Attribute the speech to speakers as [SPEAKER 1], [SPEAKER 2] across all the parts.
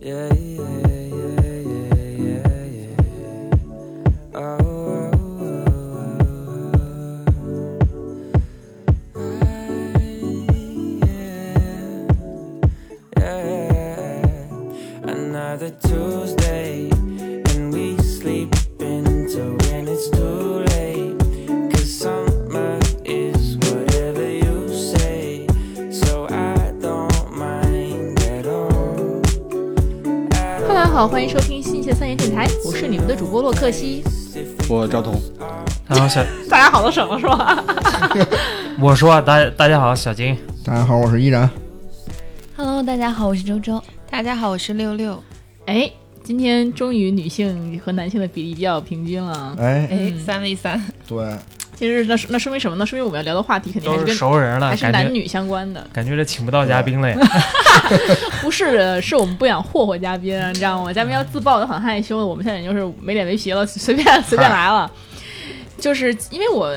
[SPEAKER 1] Yeah, yeah, yeah, yeah, yeah, yeah. Oh, oh, oh, oh, oh. Hey, yeah, yeah. Another Tuesday, and we sleep until when it's too late. Cause summer is whatever you say, so I don't mind at all. At
[SPEAKER 2] Hello，大家好，欢迎收听新一期的三言电台，我是你们的主播洛克西。
[SPEAKER 3] 我赵彤，
[SPEAKER 4] 然后小
[SPEAKER 2] 大家好到什么是吧
[SPEAKER 4] 我说大大家好，小金，
[SPEAKER 3] 大家好，我是依然。
[SPEAKER 5] Hello，大家好，我是周周。
[SPEAKER 6] 大家好，我是六六。
[SPEAKER 2] 哎，今天终于女性和男性的比例比较平均了。
[SPEAKER 3] 哎，
[SPEAKER 6] 哎，三 v 三，
[SPEAKER 3] 对，
[SPEAKER 2] 其实那那说明什么呢？说明我们要聊的话题肯定还
[SPEAKER 4] 都
[SPEAKER 2] 是
[SPEAKER 4] 是
[SPEAKER 2] 跟
[SPEAKER 4] 熟人了，
[SPEAKER 2] 还是
[SPEAKER 4] 感
[SPEAKER 2] 男
[SPEAKER 4] 觉
[SPEAKER 2] 女相关的，
[SPEAKER 4] 感觉这请不到嘉宾了呀。
[SPEAKER 2] 不是 是我们不想霍霍嘉宾，啊你知道
[SPEAKER 4] 嗯
[SPEAKER 2] 吗？嘉宾要自爆的很害羞的，我们现在也就是没脸没皮了， 随便随便来了。就是因为我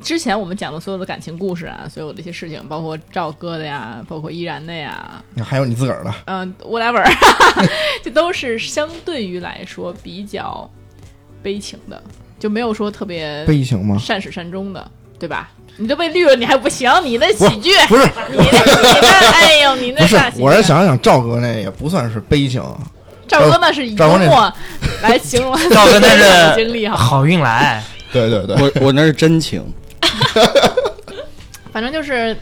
[SPEAKER 2] 之前我们讲的所有的感情故事啊，所有的一些事情，包括赵哥的呀，包括依然的呀，
[SPEAKER 3] 还有你自个儿的，
[SPEAKER 2] 嗯，whatever，这都是相对于来说比较悲情的，就没有说特别
[SPEAKER 3] 悲情吗？
[SPEAKER 2] 善始善终的，对吧？你都被绿了，你还不行？你那喜剧，
[SPEAKER 3] 不是，
[SPEAKER 2] 你那你那，哎呦，你那
[SPEAKER 3] 不是
[SPEAKER 2] 啥喜，剧？
[SPEAKER 3] 我是想想赵哥那也不算是悲情，啊
[SPEAKER 2] 赵哥那是以幽
[SPEAKER 3] 赵哥那
[SPEAKER 2] 默 来形容
[SPEAKER 4] 赵哥那
[SPEAKER 2] 的经历
[SPEAKER 4] 是
[SPEAKER 2] 哈。
[SPEAKER 4] 好运 来，
[SPEAKER 3] 对对对，
[SPEAKER 7] 我我那是真情，
[SPEAKER 2] 反正就是。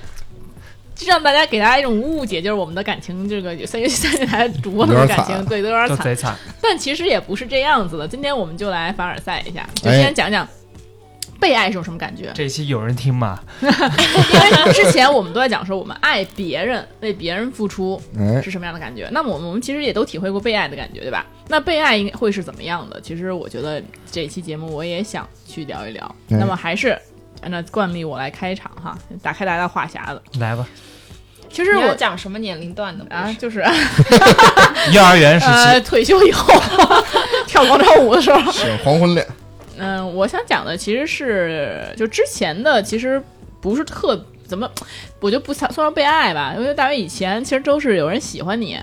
[SPEAKER 2] 就让大家给大家一种误解，就是我们的感情，这个三月三月台主播
[SPEAKER 3] 有
[SPEAKER 2] 的
[SPEAKER 3] 点
[SPEAKER 2] 感
[SPEAKER 3] 惨
[SPEAKER 2] 情，对，都有点
[SPEAKER 4] 就
[SPEAKER 2] 惨。
[SPEAKER 4] 贼惨。
[SPEAKER 2] 但其实也不是这样子的。今天我们就来凡尔赛一下，就
[SPEAKER 3] 哎
[SPEAKER 2] 先讲讲被爱是种什么感觉。
[SPEAKER 4] 这一期有人听吗？
[SPEAKER 2] 因为之前我们都在讲说，我们爱别人，为别人付出
[SPEAKER 3] 哎，
[SPEAKER 2] 是什么样的感觉。那么我们我们其实也都体会过被爱的感觉，对吧？那被爱应该会是怎么样的？其实我觉得这一期节目我也想去聊一聊。
[SPEAKER 3] 哎
[SPEAKER 2] 那么还是按照惯例我来开场哈，打开大家的话匣子。
[SPEAKER 4] 来吧，
[SPEAKER 2] 其实
[SPEAKER 6] 你要
[SPEAKER 2] 我
[SPEAKER 6] 讲什么年龄段的故事
[SPEAKER 2] 啊，就是
[SPEAKER 4] 幼儿园时
[SPEAKER 2] 呃
[SPEAKER 4] 期，
[SPEAKER 2] 退休以后 跳广场舞的时候，
[SPEAKER 3] 是黄昏恋，
[SPEAKER 2] 嗯，我想讲的其实是就之前的，其实不是特怎么，我就不算算被爱吧，因为大约以前其实都是有人喜欢你，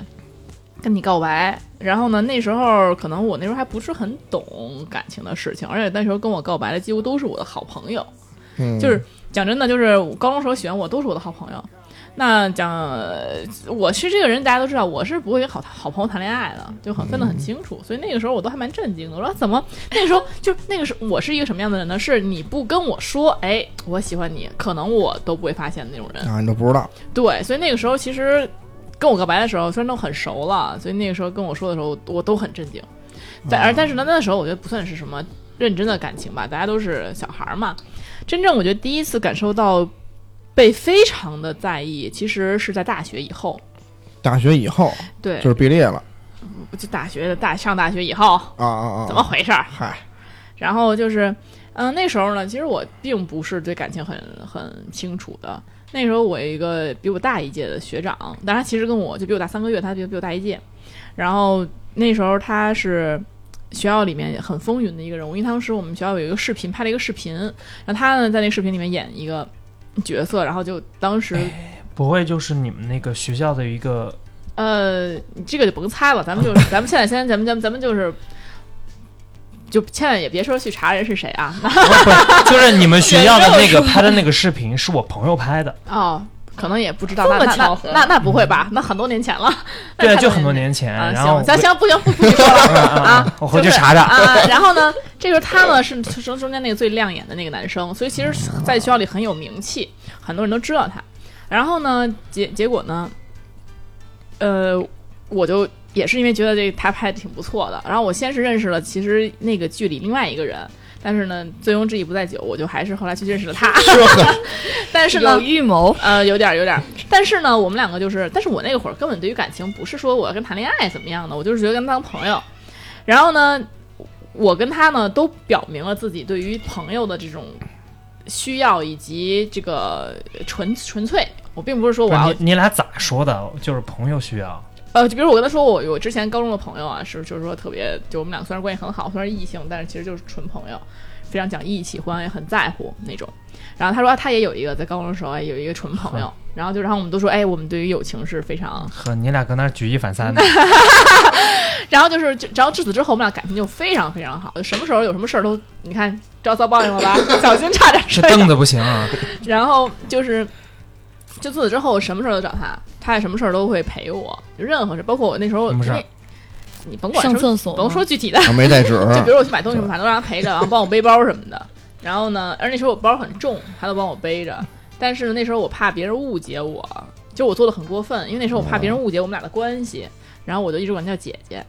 [SPEAKER 2] 跟你告白，然后呢，那时候可能我那时候还不是很懂感情的事情，而且那时候跟我告白的几乎都是我的好朋友，
[SPEAKER 3] 嗯，
[SPEAKER 2] 就是讲真的，就是我高中时候喜欢我都是我的好朋友。那讲，呃我是这个人，大家都知道，我是不会跟好好朋友谈恋爱的，就很分得很清楚。所以那个时候我都还蛮震惊的，我说怎么那个时候就那个时候我是一个什么样的人呢？是你不跟我说，哎，我喜欢你，可能我都不会发现的那种人。
[SPEAKER 3] 啊，你都不知道，
[SPEAKER 2] 对，所以那个时候其实跟我告白的时候，虽然都很熟了，所以那个时候跟我说的时候，我都很震惊。但
[SPEAKER 3] 嗯
[SPEAKER 2] 而但是呢，那时候我觉得不算是什么认真的感情吧，大家都是小孩儿嘛。真正我觉得第一次感受到被非常的在意，其实是在大学以后。
[SPEAKER 3] 大学以后
[SPEAKER 2] 对，
[SPEAKER 3] 就是毕业了
[SPEAKER 2] 就大学的大上大学以后
[SPEAKER 3] 啊啊啊！
[SPEAKER 2] 怎么回事儿？
[SPEAKER 3] 嗨，
[SPEAKER 2] 然后就是，嗯、那时候呢，其实我并不是对感情很很清楚的。那时候我有一个比我大一届的学长，但他其实跟我就比我大三个月，他比比我大一届。然后那时候他是学校里面很风云的一个人物，因为当时我们学校有一个视频，拍了一个视频，然后他呢在那个视频里面演一个角色，然后就当时
[SPEAKER 4] 不会就是你们那个学校的一个
[SPEAKER 2] 呃，你这个就甭猜了，咱们就是咱们现在先咱们咱们咱们就是。就千万也别说去查人是谁啊！那
[SPEAKER 4] 不是，就是你们学校的 那个拍的那个视频是我朋友拍的，
[SPEAKER 2] 哦，可能也不知道，
[SPEAKER 6] 这
[SPEAKER 2] 那
[SPEAKER 6] 么
[SPEAKER 2] 那
[SPEAKER 6] 巧
[SPEAKER 2] 那
[SPEAKER 6] 合
[SPEAKER 2] 那那不会吧？那很多年前了，那
[SPEAKER 4] 对，
[SPEAKER 2] 太
[SPEAKER 4] 就很多
[SPEAKER 2] 前
[SPEAKER 4] 年前。
[SPEAKER 2] 啊。
[SPEAKER 4] 然后嗯
[SPEAKER 2] 行，咱行，不行，不不许 说了啊！
[SPEAKER 4] 我回去
[SPEAKER 2] 就是
[SPEAKER 4] 查查。
[SPEAKER 2] 啊。然后呢，这时候他呢是中中间那个最亮眼的那个男生，所以其实，在学校里很有名气，很多人都知道他。然后呢，结结果呢，呃，我就也是因为觉得这个他拍的挺不错的，然后我先是认识了其实那个剧里另外一个人，但是呢，醉翁之意不在酒，我就还是后来去认识了他。 但是呢
[SPEAKER 6] 有，预谋，
[SPEAKER 2] 呃，有点儿有点儿，但是呢，我们两个就是，但是我那个会儿根本对于感情不是说我要跟谈恋爱怎么样的，我就是觉得跟他当朋友。然后呢，我跟他呢都表明了自己对于朋友的这种需要以及这个纯纯粹。我并不是说我
[SPEAKER 4] 不
[SPEAKER 2] 要
[SPEAKER 4] 是你你俩咋说的？就是朋友需要，
[SPEAKER 2] 呃，就比如我跟他说我我之前高中的朋友啊，是就是说特别，就我们俩虽然关系很好，虽然异性，但是其实就是纯朋友。非常讲义气，互相也很在乎那种。然后他说、啊他也有一个在高中的时候哎有一个纯朋友， 然后就然后我们都说哎我们对于友情是非常，
[SPEAKER 4] 呵，你俩搁那儿举一反三的，
[SPEAKER 2] 然后就是就然后至此之后我们俩感情就非常非常好，什么时候有什么事儿都你看遭遭报应了 吧，小心差点
[SPEAKER 4] 是
[SPEAKER 2] 摔
[SPEAKER 4] 凳子不行啊，
[SPEAKER 2] 然后就是，就自此之后，什么事儿都找他，他也什么事儿都会陪我，就任何事，包括我那时候，
[SPEAKER 4] 什么事儿
[SPEAKER 2] 因为你甭管什
[SPEAKER 5] 上
[SPEAKER 2] 么，
[SPEAKER 5] 厕所，
[SPEAKER 2] 甭说具体的，
[SPEAKER 3] 我没带纸，
[SPEAKER 4] 嗯
[SPEAKER 2] 就比如我去买东西什么，反正都让他陪着，然后帮我背包什么的。然后呢，而那时候我包很重，他都帮我背着。但是呢，那时候我怕别人误解我，就我做的很过分，因为那时候我怕别人误解我们俩的关系，然后我就一直管他叫姐姐，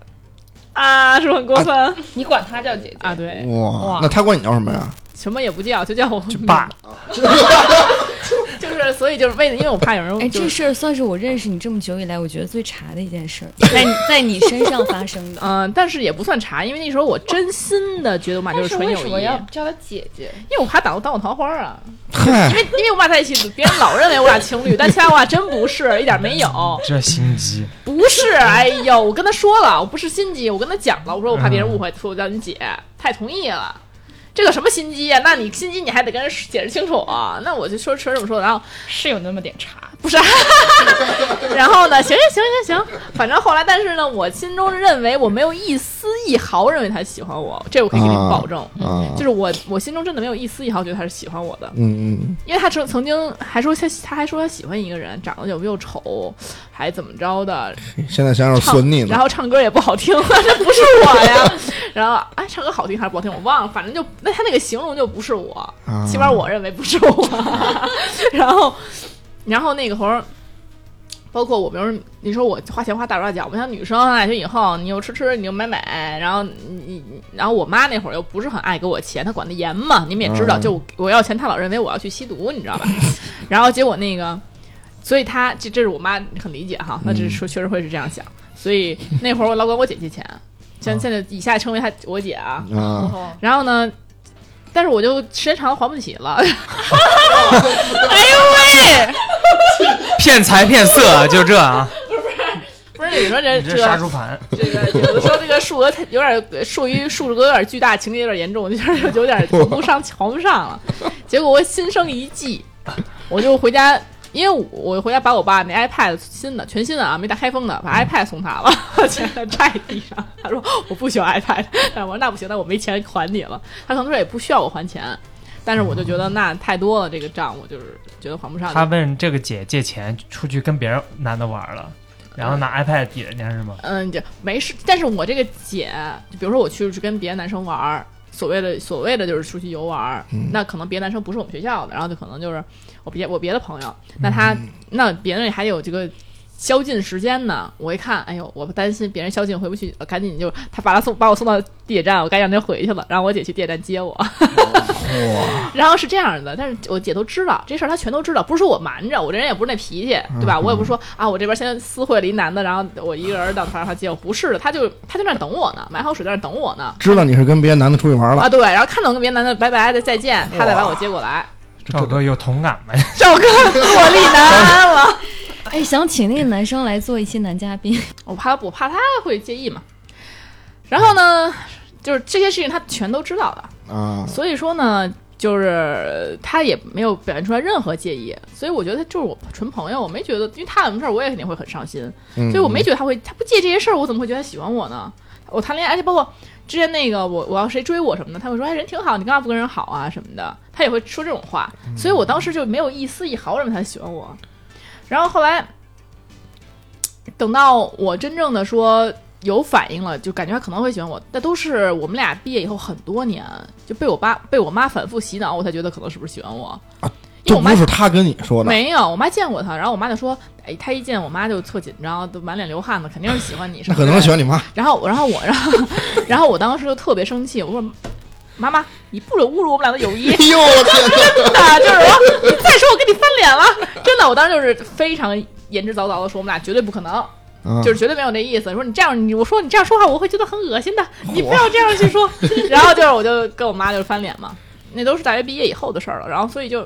[SPEAKER 2] 啊，是不是很过分啊
[SPEAKER 6] 你管他叫姐姐，
[SPEAKER 2] 对，
[SPEAKER 3] 哇
[SPEAKER 6] 哇，
[SPEAKER 3] 那他管你叫什么呀？
[SPEAKER 2] 什么也不叫，就叫我
[SPEAKER 4] 就爸，
[SPEAKER 2] 就是所以就是为了，因为我怕有人
[SPEAKER 5] 哎，
[SPEAKER 2] 就
[SPEAKER 5] 这
[SPEAKER 2] 是
[SPEAKER 5] 事儿算是我认识你这么久以来，我觉得最茶的一件 事儿，在你在你身上发生的。
[SPEAKER 2] 嗯、但是也不算查，因为那时候我真心的觉得我们俩就是
[SPEAKER 6] 是
[SPEAKER 2] 纯
[SPEAKER 6] 为
[SPEAKER 2] 友
[SPEAKER 6] 什
[SPEAKER 2] 谊，
[SPEAKER 6] 么要叫他姐姐？
[SPEAKER 2] 因为我怕当当我桃花啊，因
[SPEAKER 3] 嗨，
[SPEAKER 2] 为因为我们俩在一起，别人老认为我俩情侣，但其实我俩真不是，一点没有，
[SPEAKER 4] 这心 机，
[SPEAKER 2] 不是，哎呦，我跟他说了，我不是心机，我跟他讲了，我说我怕别人
[SPEAKER 3] 嗯
[SPEAKER 2] 误会，说我叫你姐，他也同意了。这个什么心机呀、那你心机你还得跟人解释清楚啊！那我就说说这么说，然后
[SPEAKER 6] 是有那么点差，
[SPEAKER 2] 不是，然后呢？行行行行行，反正后来，但是呢，我心中认为我没有一丝一毫认为他喜欢我，这我可以给你
[SPEAKER 3] 啊
[SPEAKER 2] 保证。
[SPEAKER 3] 啊
[SPEAKER 2] 就，是我，我心中真的没有一丝一毫觉得他是喜欢我的，
[SPEAKER 3] 嗯嗯
[SPEAKER 2] 因为他曾曾经还说他他还说他喜欢一个人，长得又又丑，还怎么着的，
[SPEAKER 3] 嗯，现在想想
[SPEAKER 2] 唱
[SPEAKER 3] 损你呢
[SPEAKER 2] 然，后唱歌也不好听， 这不是我呀。 然后哎，唱歌好听还是不好听我忘了，反正就那他那个形容就不是我，
[SPEAKER 3] 啊
[SPEAKER 2] 起码我认为不是我。 然后，然后那个会儿，包括我，比如说你说我花钱花大手大脚，我像女生啊，就以后你又吃吃，你又买买，然后你你，然后我妈那会儿又不是很爱给我钱，她管得严嘛，你们也知道，
[SPEAKER 3] 嗯
[SPEAKER 2] 就我我要钱，她老认为我要去吸毒，你知道吧？ 然后结果那个，所以她这这是我妈很理解哈，那
[SPEAKER 3] 嗯
[SPEAKER 2] 这是说确实会是这样想，所以那会儿我老管我姐借钱，
[SPEAKER 3] 嗯
[SPEAKER 2] 现现在以下称为她我姐啊，
[SPEAKER 3] 啊，
[SPEAKER 6] 哦，
[SPEAKER 2] 然后呢，但是我就时间长了还不起了。哎呦喂，
[SPEAKER 4] 骗财骗色就 这啊，
[SPEAKER 2] 不是你说这
[SPEAKER 4] 你
[SPEAKER 2] 哎这
[SPEAKER 4] 这杀
[SPEAKER 2] 个
[SPEAKER 4] 猪盘，
[SPEAKER 2] 这个有的时候这个数额太有点数于数额有点巨大，情节有点严重，就有点有点谈不上瞧不上了。结果我心生一计，我就回家。因为我我回家把我爸那 iPad 新的全新的啊，没打开封的，把
[SPEAKER 4] 嗯
[SPEAKER 2] iPad 送他了，钱在地上。他说我不喜欢 iPad，但我说那不行，那我没钱还你了。他可能说也不需要我还钱，但是我就觉得那太多了，这个账我就是觉得还不上。
[SPEAKER 4] 他问这个姐借钱出去跟别人男的玩了，然后拿 iPad 抵人家是吗？
[SPEAKER 2] 嗯，就没事。但是我这个姐，就比如说我去跟别的男生玩儿，所谓的所谓的就是出去游玩儿，那可能别的男生不是我们学校的，然后就可能就是我别我别的朋友，那他、那别人还有这个。宵禁时间呢？我一看，哎呦，我担心别人宵禁回不去，呃赶紧就他把他送把我送到地铁站，我赶紧让他回去了，然后我姐去地铁站接我。然后是这样的，但是我姐都知道这事儿，她全都知道，不是说我瞒着，我这人也不是那脾气，对吧？我也不是说啊，我这边先私会了一男的，然后我一个人到他让他接我，不是的，他就他就在那儿等我呢，买好水在那儿等我呢，
[SPEAKER 3] 知道你是跟别的男的出去玩了，
[SPEAKER 2] 啊对，然后看到我跟别的男的拜拜的再见，他再把我接过来，
[SPEAKER 4] 赵哥有同感吗？
[SPEAKER 2] 赵哥坐立难安了，
[SPEAKER 5] 哎，想请那个男生来做一期男嘉宾，
[SPEAKER 2] 我怕我怕他会介意嘛，然后呢，就是这些事情他全都知道的，
[SPEAKER 3] 啊，
[SPEAKER 2] 所以说呢，就是呃他也没有表现出来任何介意，所以我觉得他就是我纯朋友，我没觉得，因为他有什么事儿我也肯定会很伤心，
[SPEAKER 3] 嗯
[SPEAKER 2] 所以我没觉得他会，他不介这些事儿，我怎么会觉得他喜欢我呢？我谈恋爱，而且包括之前那个我我要谁追我什么的，他会说哎人挺好，你干嘛不跟人好啊什么的，他也会说这种话，
[SPEAKER 3] 嗯
[SPEAKER 2] 所以我当时就没有一丝一毫认为他喜欢我。然后后来，等到我真正的说有反应了，就感觉他可能会喜欢我，那都是我们俩毕业以后很多年，就被我爸被我妈反复洗脑，我才觉得可能是不是喜欢我。
[SPEAKER 3] 啊
[SPEAKER 2] 因为
[SPEAKER 3] 这
[SPEAKER 2] 我妈
[SPEAKER 3] 不是他跟你说的，
[SPEAKER 2] 没有，我妈见过他，然后我妈就说，哎，他一见我妈就特紧张，都满脸流汗的，肯定是喜欢你，什么
[SPEAKER 3] 那可能
[SPEAKER 2] 之
[SPEAKER 3] 是
[SPEAKER 2] 类
[SPEAKER 3] 喜
[SPEAKER 2] 的
[SPEAKER 3] 欢 你妈，
[SPEAKER 2] 然后，然后我，然后， 然后我当时就特别生气，我说，妈妈，你不准侮辱我们俩的友谊，
[SPEAKER 3] 哎呦我天哪！
[SPEAKER 2] 啊， 就是说，你再说我跟你翻脸了，真的，我当时就是非常言之凿凿的说，我们俩绝对不可能，
[SPEAKER 3] 啊
[SPEAKER 2] 就是绝对没有那意思。说你这样，你我说你这样说话，我会觉得很恶心的，你不要这样去说。 然后就是我就跟我妈就是翻脸嘛，那都是大学毕业以后的事儿了。然后所以就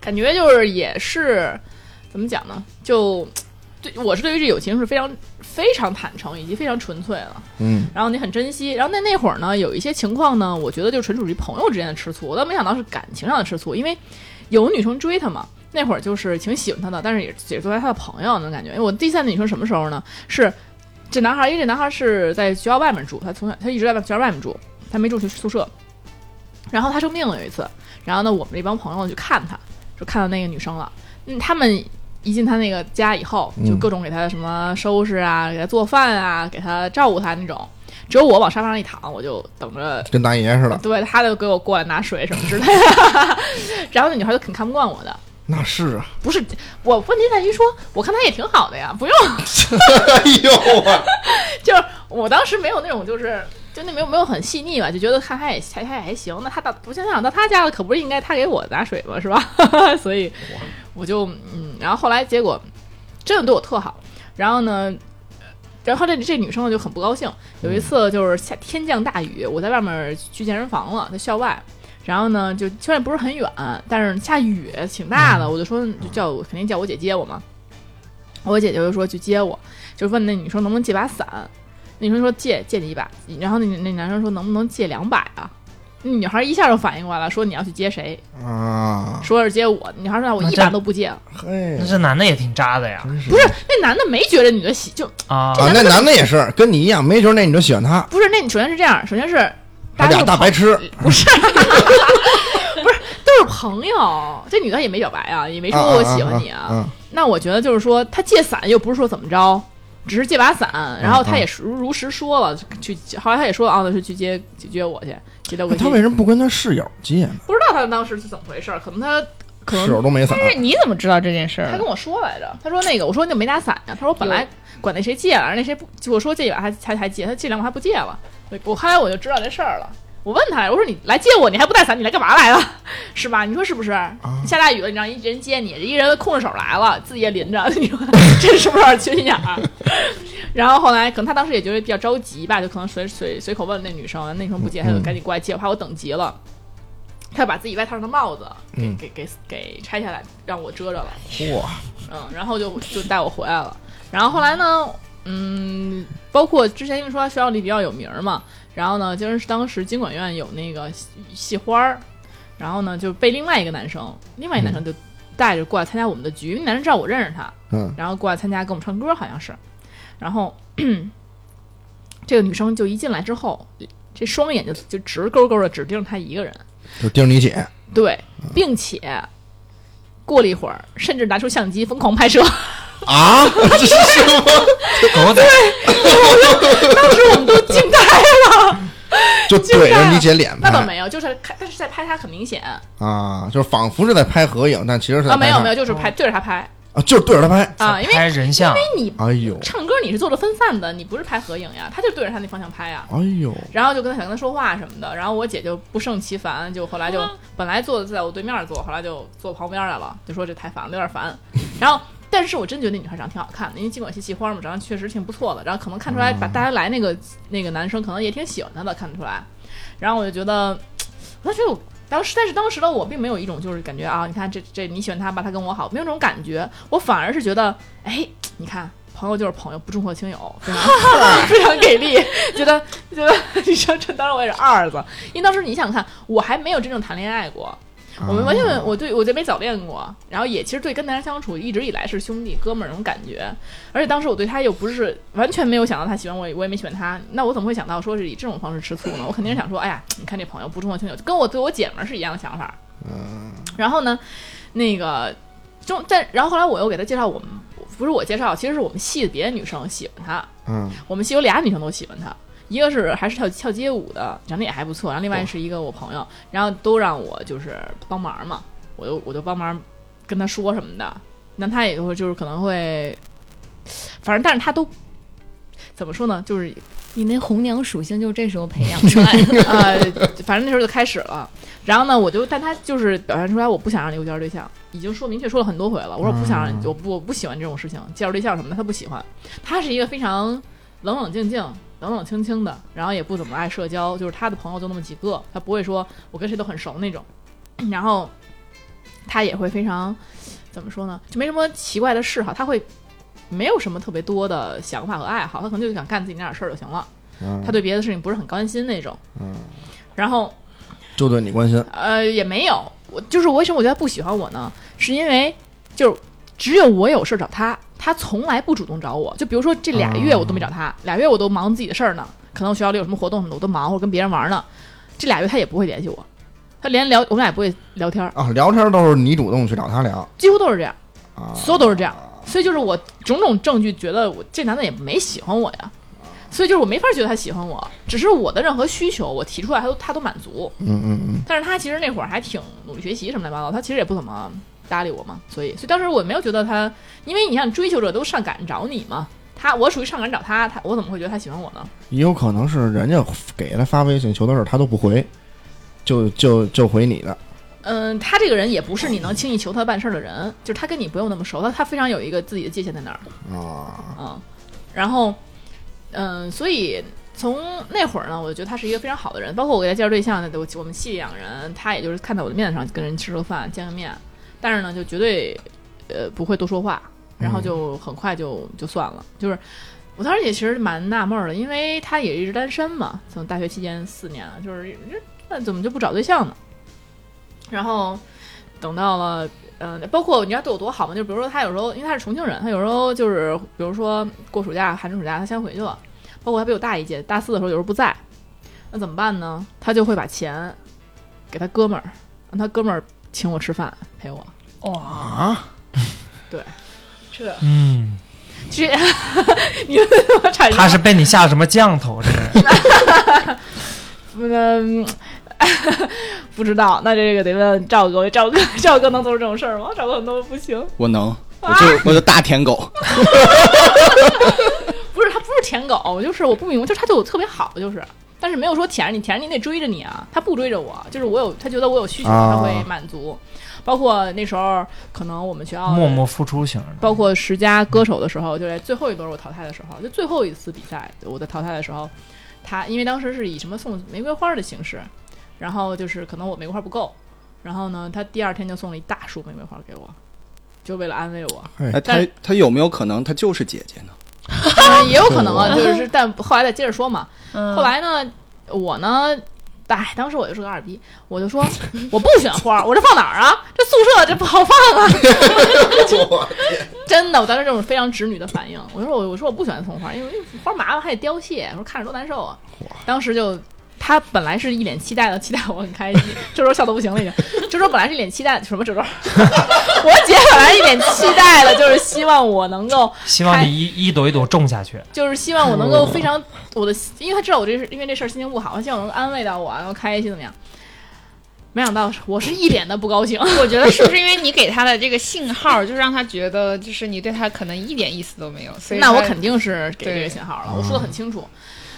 [SPEAKER 2] 感觉就是也是怎么讲呢，就对我是对于这友情是非常非常坦诚以及非常纯粹了。
[SPEAKER 3] 嗯，
[SPEAKER 2] 然后你很珍惜。然后那那会儿呢，有一些情况呢，我觉得就纯属于朋友之间的吃醋，我倒没想到是感情上的吃醋，因为有女生追他嘛。那会儿就是挺喜欢他的，但是也也作为他的朋友那种感觉。因为我第三次女生什么时候呢？是这男孩，因为这男孩是在学校外面住，他从小他一直在外学校外面住，他没住宿宿舍。然后他生病了有一次，然后呢，我们这帮朋友去看他，就看到那个女生了。嗯，他们一进他那个家以后，就
[SPEAKER 3] 嗯
[SPEAKER 2] 各种给他什么收拾啊，给他做饭啊，给他照顾他那种。只有我往沙发上一躺，我就等着，
[SPEAKER 3] 跟大爷似的，
[SPEAKER 2] 对，他就给我过来拿水什么之类的。 然后那女孩就挺看不惯我的，
[SPEAKER 3] 那是啊，
[SPEAKER 2] 不是我问题在于说，我看他也挺好的呀，不用，
[SPEAKER 3] 哎呦啊，
[SPEAKER 2] 就是我当时没有那种就是。就那没有没有很细腻吧，就觉得看他也还还还行。那他到我现在想到他家了，可不是应该他给我拿水吗？是吧？ 所以我就嗯，然后后来结果真的对我特好。然后呢，然后这这女生呢就很不高兴。有一次就是下天降大雨，我在外面去健身房了，在校外。然后呢，就虽然不是很远，但是下雨挺大的，我就说就叫我肯定叫我姐接我嘛。我姐姐就说去接我，就问那女生能不能借把伞。那女生说借借你一把，然后那那男生说能不能借两百啊？那女孩一下就反应过来了，说你要去接谁？
[SPEAKER 3] 啊，
[SPEAKER 2] 说是接我，女孩说那我
[SPEAKER 4] 那
[SPEAKER 2] 一
[SPEAKER 4] 这
[SPEAKER 2] 把都不借了。
[SPEAKER 3] 嘿
[SPEAKER 4] 那，这男的也挺渣的呀
[SPEAKER 3] 真是
[SPEAKER 2] 不是那男的没觉得女的喜，就
[SPEAKER 4] 啊！
[SPEAKER 3] 啊，那男的也是跟你一样，没准那你就喜欢他，
[SPEAKER 2] 不是那首先是这样，首先是大
[SPEAKER 3] 他
[SPEAKER 2] 家
[SPEAKER 3] 俩
[SPEAKER 2] 都
[SPEAKER 3] 大白痴，
[SPEAKER 2] 不是，不是都是朋友，这女的也没表白啊，也没说我喜欢你
[SPEAKER 3] 啊啊啊啊
[SPEAKER 2] 那我觉得就是说，他借伞又不是说怎么着，只是借把伞，
[SPEAKER 3] 嗯
[SPEAKER 2] 然后他也如如实说了，去后来他也说啊，那是去接去接我去，接到我
[SPEAKER 3] 那
[SPEAKER 2] 去
[SPEAKER 3] 他为什么不跟他室友接呢？
[SPEAKER 2] 不知道他当时是怎么回事儿，可能他可
[SPEAKER 3] 室
[SPEAKER 2] 能
[SPEAKER 3] 友都没伞，
[SPEAKER 6] 但是你怎么知道这件事
[SPEAKER 2] 他
[SPEAKER 6] 儿
[SPEAKER 2] 跟？我说来着，他说那个我说你怎么没拿伞呀、他说本来管那谁借了，那谁不我说借一把还还还借，他借两把还不借了，对我后来我就知道这事儿了。我问他，我说你来借我，你还不带伞，你来干嘛来了？ 是吧？你说是不是？下大雨了，你让一人接你，一人空着手来了，自己也淋着， 你说这是不是有点缺心眼儿？啊 然后后来可能他当时也觉得比较着急吧，就可能随随随口问那女生，那女生不接，他就赶紧过来接我，怕我等急了。他把自己外套上的帽子给、
[SPEAKER 3] 嗯
[SPEAKER 2] 给给给拆下来，让我遮着了。
[SPEAKER 3] 哇，
[SPEAKER 2] 嗯，然后就就带我回来了。然后后来呢，嗯，包括之前因为说他学校里比较有名儿嘛，然后呢，就是当时经管院有那个系系花儿，然后呢就被另外一个男生，另外一个男生就带着过来参加我们的局，那男生知道我认识他，
[SPEAKER 3] 嗯，
[SPEAKER 2] 然后过来参加跟我们唱歌，好像是。然后 这个女生就一进来之后，这双眼就就直勾勾的只盯着他一个人，
[SPEAKER 3] 就盯着你姐，
[SPEAKER 2] 对，并且过了一会儿，甚至拿出相机疯狂拍摄。
[SPEAKER 3] 啊， 这是什么？
[SPEAKER 4] 狗仔
[SPEAKER 2] 当时我们都惊呆了。
[SPEAKER 3] 就怼着你姐脸
[SPEAKER 2] 那倒
[SPEAKER 3] 拍
[SPEAKER 2] 没有，就是看，但是在拍他很明显啊，
[SPEAKER 3] 啊，就是仿佛是在拍合影，但其实是在
[SPEAKER 2] 没
[SPEAKER 3] 拍
[SPEAKER 2] 有
[SPEAKER 3] 她
[SPEAKER 2] 没有，就是拍对着他拍
[SPEAKER 3] 啊，就是对着他拍。
[SPEAKER 2] 啊，因为
[SPEAKER 4] 拍人像，
[SPEAKER 2] 你
[SPEAKER 3] 哎呦，
[SPEAKER 2] 唱歌你是做着分散的，你不是拍合影呀，他就对着他那方向拍呀。
[SPEAKER 3] 哎呦，
[SPEAKER 2] 然后就跟他想跟他说话什么的，然后我姐就不胜其烦，就后来就本来坐在我对面坐，后来就坐旁边来了，就说这太烦了，有点烦。然后，但是我真觉得那女孩长得挺好看的，因为尽管是系花嘛，长得确实挺不错的。然后可能看出来，把大家来那个那个男生可能也挺喜欢她的，看得出来。然后我就觉得，我当时我当时，但是当时的我并没有一种就是感觉啊，你看这这你喜欢他吧，他跟我好，没有这种感觉，我反而是觉得，哎，你看。朋友就是朋友，不重色轻友，非常 非常给力。觉得觉得你说这当然我也是二子，因为当时你想看，我还没有真正谈恋爱过，我们完全没有我对我就没早恋过，然后也其实对跟男人相处一直以来是兄弟哥们儿那种感觉，而且当时我对他又不是完全没有想到他喜欢我，我也没喜欢他，那我怎么会想到说是以这种方式吃醋呢？我肯定是想说，哎呀，你看这朋友不重色轻友，跟我对我姐们儿是一样的想法。嗯，然后呢，那个中但然后后来我又给他介绍我们。不是我介绍，其实是我们系别的女生喜欢他，
[SPEAKER 3] 嗯，
[SPEAKER 2] 我们系有俩女生都喜欢他，一个是还是跳跳街舞的，长得也还不错，然后另外是一个我朋友，然后都让我就是帮忙嘛，我就我就帮忙跟他说什么的，那他也会就是可能会，反正但是他都怎么说呢，就是
[SPEAKER 5] 你那红娘属性就是这时候培养出来 的。
[SPEAKER 2] 呃，反正那时候就开始了。然后呢，我就但他就是表现出来，我不想让你给我介绍对象，已经说明确说了很多回了。我说我不想让你，我不我不喜欢这种事情，介绍对象什么的，他不喜欢。他是一个非常冷冷静静、冷冷清清的，然后也不怎么爱社交，就是他的朋友就那么几个，他不会说我跟谁都很熟那种。然后他也会非常怎么说呢，就没什么奇怪的嗜好，他会没有什么特别多的想法和爱好，他可能就想干自己那点事儿就行了，
[SPEAKER 3] 嗯
[SPEAKER 2] 他对别的事情不是很关心那种。
[SPEAKER 3] 嗯，
[SPEAKER 2] 然后
[SPEAKER 3] 就对你关心，
[SPEAKER 2] 呃也没有，我就是我为什么我觉得他不喜欢我呢？是因为就是只有我有事儿找他，他从来不主动找我。就比如说这俩月我都没找他，俩月我都忙自己的事儿呢，可能我学校里有什么活动什么的我都忙，或者跟别人玩呢，这俩月他也不会联系我，他连聊我们俩也不会聊天儿，
[SPEAKER 3] 啊，聊天都是你主动去找他聊
[SPEAKER 2] 几乎都是这样。
[SPEAKER 3] 啊，
[SPEAKER 2] 所有都是这样。所以就是我种种证据觉得我这男的也没喜欢我呀，所以就是我没法觉得他喜欢我，只是我的任何需求我提出来他都他都满足。
[SPEAKER 3] 嗯嗯嗯，
[SPEAKER 2] 但是他其实那会儿还挺努力学习什么乱七八糟，他其实也不怎么搭理我嘛，所以所以当时我没有觉得他，因为你像追求者都上赶找你嘛。他，我属于上赶找他，他我怎么会觉得他喜欢我呢？
[SPEAKER 3] 也有可能是人家给他发微信求的事儿，他都不回，就就就回你的，
[SPEAKER 2] 嗯，他这个人也不是你能轻易求他办事儿的人，就是他跟你不用那么熟，他他非常有一个自己的界限在那儿。
[SPEAKER 3] 啊，
[SPEAKER 2] 嗯，然后，嗯，所以从那会儿呢，我觉得他是一个非常好的人。包括我给他介绍对象，我我们系里两人，他也就是看在我的面子上跟人吃个饭、见个面，但是呢，就绝对呃不会多说话，然后就很快就就算了。就是我当时也其实蛮纳闷儿的，因为他也一直单身嘛，从大学期间四年了，就是那怎么就不找对象呢？然后等到了嗯，包括你知道对我多好吗？就比如说他有时候，因为他是重庆人，他有时候就是，比如说过暑假、寒暑假，他先回去了。包括他比我大一届，大四的时候有时候不在，那怎么办呢？他就会把钱给他哥们儿，让他哥们儿请我吃饭陪我。
[SPEAKER 6] 哇， 这
[SPEAKER 4] 啊嗯，
[SPEAKER 2] 其实 你们怎么产生
[SPEAKER 4] 他是被你下了什么降头？这 是
[SPEAKER 2] 嗯， 不知道，那这个得问赵哥，赵哥赵哥能做出这种事儿吗？赵哥都不行，
[SPEAKER 7] 我能，我就我就大舔狗，
[SPEAKER 2] 不是他不是舔狗，就是我不明白，就是他对我特别好，就是，但是没有说舔着你，舔着你得追着你啊，他不追着我，就是我有他觉得我有需求，
[SPEAKER 3] 啊
[SPEAKER 2] 他会满足。包括那时候可能我们学校，
[SPEAKER 4] 默默付出型的，
[SPEAKER 2] 包括十佳歌手的时候，就在最后一轮我淘汰的时候，就最后一次比赛我在淘汰的时候，他因为当时是以什么送玫瑰花的形式，然后就是可能我玫瑰花不够，然后呢，他第二天就送了一大束玫瑰花给我。就为了安慰我，
[SPEAKER 7] 哎，他他有没有可能他就是姐姐呢？
[SPEAKER 2] 当然也有可能啊，就是但后来再接着说嘛。后来呢，我呢，哎，当时我就是个二逼，我就说我不喜欢花儿，我这放哪儿啊？这宿舍这不好放啊！ 真的，我当时这种非常直女的反应，我说我我说我不喜欢送花儿，因为花儿麻烦还得凋谢，我说看着多难受啊！当时就。他本来是一脸期待的，期待我很开心。这周笑的不行了，已经。这周本来是一脸期待，什么这周？ 我姐本来一脸期待的，就是希望我能够
[SPEAKER 4] 希望你一一朵一朵种下去。
[SPEAKER 2] 就是希望我能够非 常我的，因为他知道我这是因为这事儿心情不好，他希望我能安慰到我，然后开心怎么样？没想到是我是一脸的不高兴，
[SPEAKER 6] 我觉得是不是因为你给他的这个信号，就让他觉得就是你对他可能一点意思都没 有， 所以
[SPEAKER 2] 那我
[SPEAKER 6] 他
[SPEAKER 2] 肯定是给这个
[SPEAKER 6] 对
[SPEAKER 2] 信号了，我说的很清楚。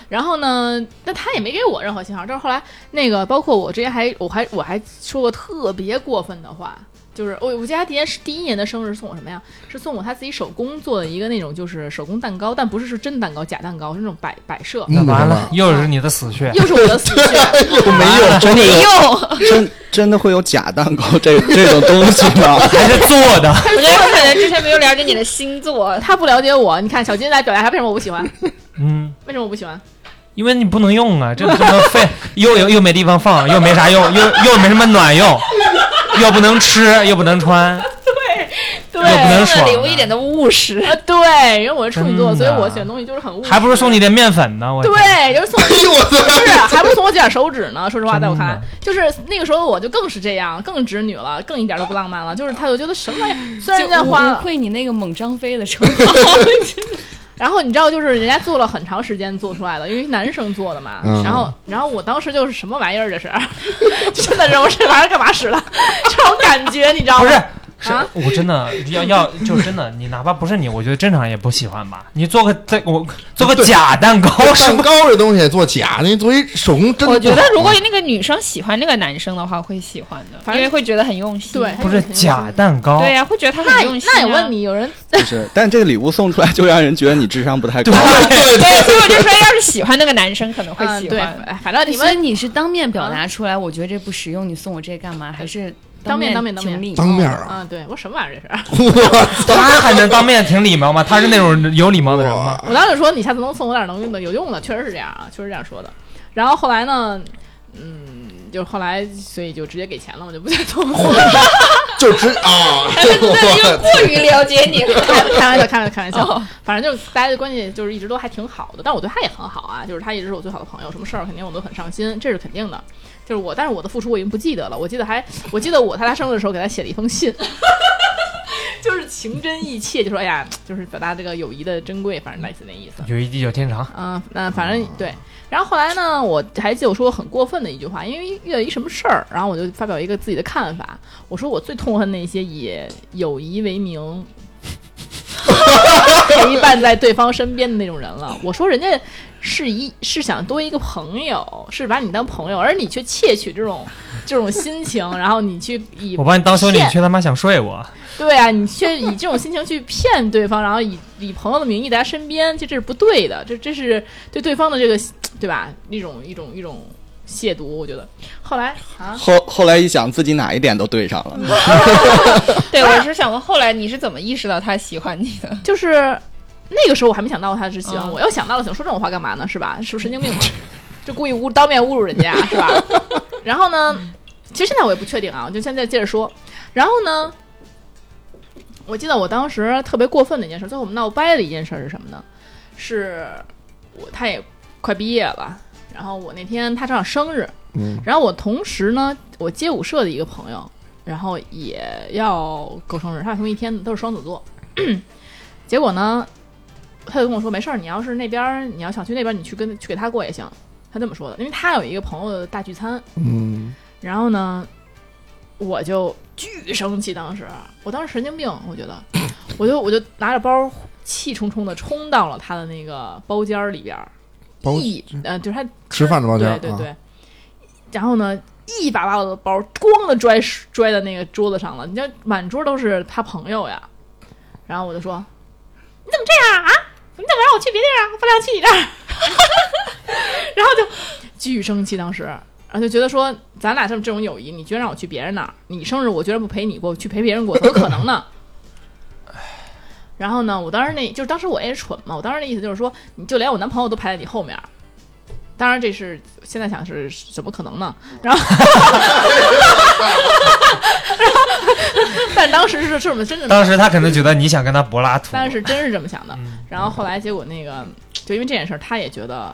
[SPEAKER 2] 然后呢，但他也没给我任何信号。但是后来那个，包括我之前还我还我还说过特别过分的话，就是我我记得他第一年第一年的生日送我什么呀？是送我他自己手工做的一个那种就是手工蛋糕，但不是是真蛋糕假蛋糕，是那种摆摆设，
[SPEAKER 3] 嗯
[SPEAKER 4] 那完了， 又是你的死穴。
[SPEAKER 2] 又是我的死穴。
[SPEAKER 7] 都没有，真的
[SPEAKER 6] 没
[SPEAKER 7] 有，
[SPEAKER 6] 用。
[SPEAKER 7] 真啊真的会有假蛋糕这这种东西吗？
[SPEAKER 4] 还是做的，
[SPEAKER 6] 我觉得他可能之前没有了解你的星 座，
[SPEAKER 2] 他不了解我，你看小金来表达他为什么我不喜欢，
[SPEAKER 4] 嗯，
[SPEAKER 2] 为什么我不喜欢？
[SPEAKER 4] 因为你不能用啊，这不能废，又又又没地方放，又没啥用，又又没什么卵用，又不能吃，又不能穿，
[SPEAKER 2] 对
[SPEAKER 4] 又不能
[SPEAKER 6] 问
[SPEAKER 4] 爽
[SPEAKER 6] 礼物一点
[SPEAKER 4] 的，
[SPEAKER 6] 都不务实。
[SPEAKER 2] 啊对，因为我是处女座，
[SPEAKER 4] 真
[SPEAKER 2] 所
[SPEAKER 4] 的
[SPEAKER 2] 以我选东西就是很务实，
[SPEAKER 4] 还不如送你哎点面粉呢，我天。
[SPEAKER 2] 对，就是送不是，还不如送我几点手指呢？说实话，
[SPEAKER 4] 真的
[SPEAKER 2] 在我看来，就是那个时候我就更是这样，更直女了，更一点都不浪漫了。就是他，我觉得什么玩意儿，虽然
[SPEAKER 5] 就
[SPEAKER 2] 人家
[SPEAKER 5] 我
[SPEAKER 2] 花
[SPEAKER 5] 无
[SPEAKER 2] 了，
[SPEAKER 5] 愧你那个猛张飞 的称号。
[SPEAKER 2] 然后你知道，就是人家做了很长时间做出来的，因为男生做的嘛。
[SPEAKER 3] 嗯
[SPEAKER 2] 然后，然后我当时就是什么玩意儿，这是， 真的是我这玩意儿干嘛使了？这种感觉你知道吗？
[SPEAKER 4] 不是，是、
[SPEAKER 2] 啊
[SPEAKER 4] 我真的要要就真 的，你哪怕不是你，我觉得正常人也不喜欢吧。你做个这我做个假蛋 糕是
[SPEAKER 3] 蛋
[SPEAKER 4] 吧？
[SPEAKER 3] 糕这东西做假的，你作为手工真的不好，啊
[SPEAKER 6] 我觉得如果那个女生喜欢那个男生的话，会喜欢的，
[SPEAKER 2] 反
[SPEAKER 6] 因
[SPEAKER 2] 正
[SPEAKER 6] 为会觉得很用心。
[SPEAKER 2] 对，
[SPEAKER 4] 不是假蛋糕，
[SPEAKER 6] 对呀、会觉得他
[SPEAKER 2] 那
[SPEAKER 6] 很用心、啊。
[SPEAKER 2] 那我问，你，有人
[SPEAKER 7] 不是，但这个礼物送出来就让人觉得你智商不太高。
[SPEAKER 6] 对，所以我就说，要是喜欢那个男生，可能会
[SPEAKER 2] 嗯
[SPEAKER 6] 喜
[SPEAKER 2] 对
[SPEAKER 6] 欢。，
[SPEAKER 2] 哎反正你
[SPEAKER 5] 所以
[SPEAKER 2] 们啊
[SPEAKER 5] 你是当面表达出来，我觉得这不实用，你送我这干嘛？还是
[SPEAKER 2] 当面当面当面
[SPEAKER 5] 挺礼貌哦
[SPEAKER 3] 当面
[SPEAKER 5] 的
[SPEAKER 3] 啊！
[SPEAKER 2] 啊，对我什么玩意儿这是？
[SPEAKER 4] 他还能当面挺礼貌吗？他是那种有礼貌的人吗？
[SPEAKER 2] 我当时说你下次能送我点能用的、有用的，确实是这样啊，确实这样说的。然后后来呢，嗯，就后来所以就直接给钱了，我就不再送
[SPEAKER 6] 哦
[SPEAKER 2] 了。
[SPEAKER 3] 就直啊，
[SPEAKER 6] 但是又过于了解你了。
[SPEAKER 2] 开 开玩笑，开玩笑，开玩
[SPEAKER 6] 哦
[SPEAKER 2] 笑。反正就是大家的关系就是一直都还挺好的，但我对他也很好啊，就是他一直是我最好的朋友，什么事儿肯定我都很上心，这是肯定的。就是我，但是我的付出我已经不记得了，我记得还我记得我在他生日的时候给他写了一封 信。就是情真意切，就说哎呀，就是表达这个友谊的珍贵，反正类似那意思。
[SPEAKER 4] 有一地久天长，
[SPEAKER 2] 嗯，那反正对。然后后来呢，我还记得我说过很过分的一句话，因为遇到一什么事儿，然后我就发表一个自己的看法。我说我最痛恨那些以友谊为名 陪伴在对方身边的那种人了。我说人家是一是想多一个朋友，是把你当朋友，而你却窃取这种这种心情，然后你去以
[SPEAKER 4] 我把你当兄弟，你
[SPEAKER 2] 骗
[SPEAKER 4] 却他妈想睡我。
[SPEAKER 2] 对啊，你却以这种心情去骗对方，然后以以朋友的名义在他身边，这这是不对的，这这是对对方的这个对吧？一种一种一种亵渎，我觉得。后来啊，
[SPEAKER 7] 后后来一想，自己哪一点都对上了，
[SPEAKER 2] 嗯
[SPEAKER 6] 对，我是想问，后来你是怎么意识到他喜欢你的？
[SPEAKER 2] 就是那个时候我还没想到他是喜欢我，
[SPEAKER 6] 嗯
[SPEAKER 2] 要想到了想说这种话干嘛呢？是吧？是不是神经病？ 就故意侮当面侮辱人家是吧？然后呢，其实现在我也不确定啊，我就现在接着说。然后呢，我记得我当时特别过分的一件事，最后我们闹掰的一件事是什么呢？是我他也快毕业了，然后我那天他正好生日，
[SPEAKER 3] 嗯，
[SPEAKER 2] 然后我同时呢，我街舞社的一个朋友，然后也要过生日，他俩同一天的，都是双子座。 结果呢，他就跟我说没事儿，你要是那边儿你要想去那边儿，你去跟去给他过也行。他这么说的，因为他有一个朋友的大聚餐，
[SPEAKER 3] 嗯，
[SPEAKER 2] 然后呢，我就巨生气，当时我当时神经病，我觉得，我就我就拿着包气冲冲的冲到了他的那个包间儿里边儿，
[SPEAKER 3] 包
[SPEAKER 2] 一呃就是他
[SPEAKER 3] 吃饭的包间儿
[SPEAKER 2] 对对
[SPEAKER 3] 啊
[SPEAKER 2] 对。然后呢，一把把我的包咣的拽拽在那个桌子上了，你这满桌都是他朋友呀。然后我就说：“你怎么这样啊？你怎么让我去别地儿啊？我不让去你这儿。” 然后就巨生气，当时，然后就觉得说，咱俩这么这种友谊，你居然让我去别人那儿，你生日我居然不陪你过，去陪别人过，怎么可能呢？ 然后呢，我当时那就是当时我也蠢嘛，我当时那意思就是说，你就连我男朋友都排在你后面儿，当然这是现在想是怎么可能呢？然后， 然后， 但当时是是我们真的，
[SPEAKER 4] 当时他可能觉得你想跟他柏拉图，
[SPEAKER 2] 但是真是这么想的。
[SPEAKER 4] 嗯
[SPEAKER 2] 然后后来结果那个，就因为这件事儿，他也觉得，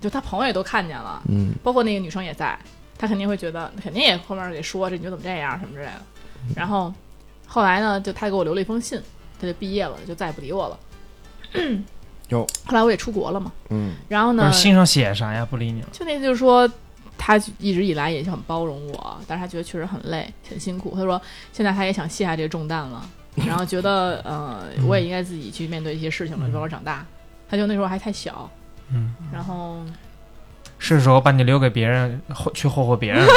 [SPEAKER 2] 就他朋友也都看见了，
[SPEAKER 3] 嗯，
[SPEAKER 2] 包括那个女生也在，他肯定会觉得，肯定也后面得说这你就怎么这样什么之类的。
[SPEAKER 3] 嗯
[SPEAKER 2] 然后后来呢，就他给我留了一封信，他就毕业了，就再也不理我了。
[SPEAKER 3] 哟，
[SPEAKER 2] 后来我也出国了嘛，
[SPEAKER 3] 嗯，
[SPEAKER 2] 然后
[SPEAKER 4] 不
[SPEAKER 2] 呢
[SPEAKER 4] 是，信上写啥呀？不理你了。
[SPEAKER 2] 就那就是说，他一直以来也很包容我，但是他觉得确实很累，很辛苦。他说现在他也想卸下这个重担了，然后觉得呃，我也应该自己去面对一些事情了，慢慢长大。他就那时候还太小，
[SPEAKER 4] 嗯，
[SPEAKER 2] 然后
[SPEAKER 4] 是时候把你留给别人，后去霍霍别 人了。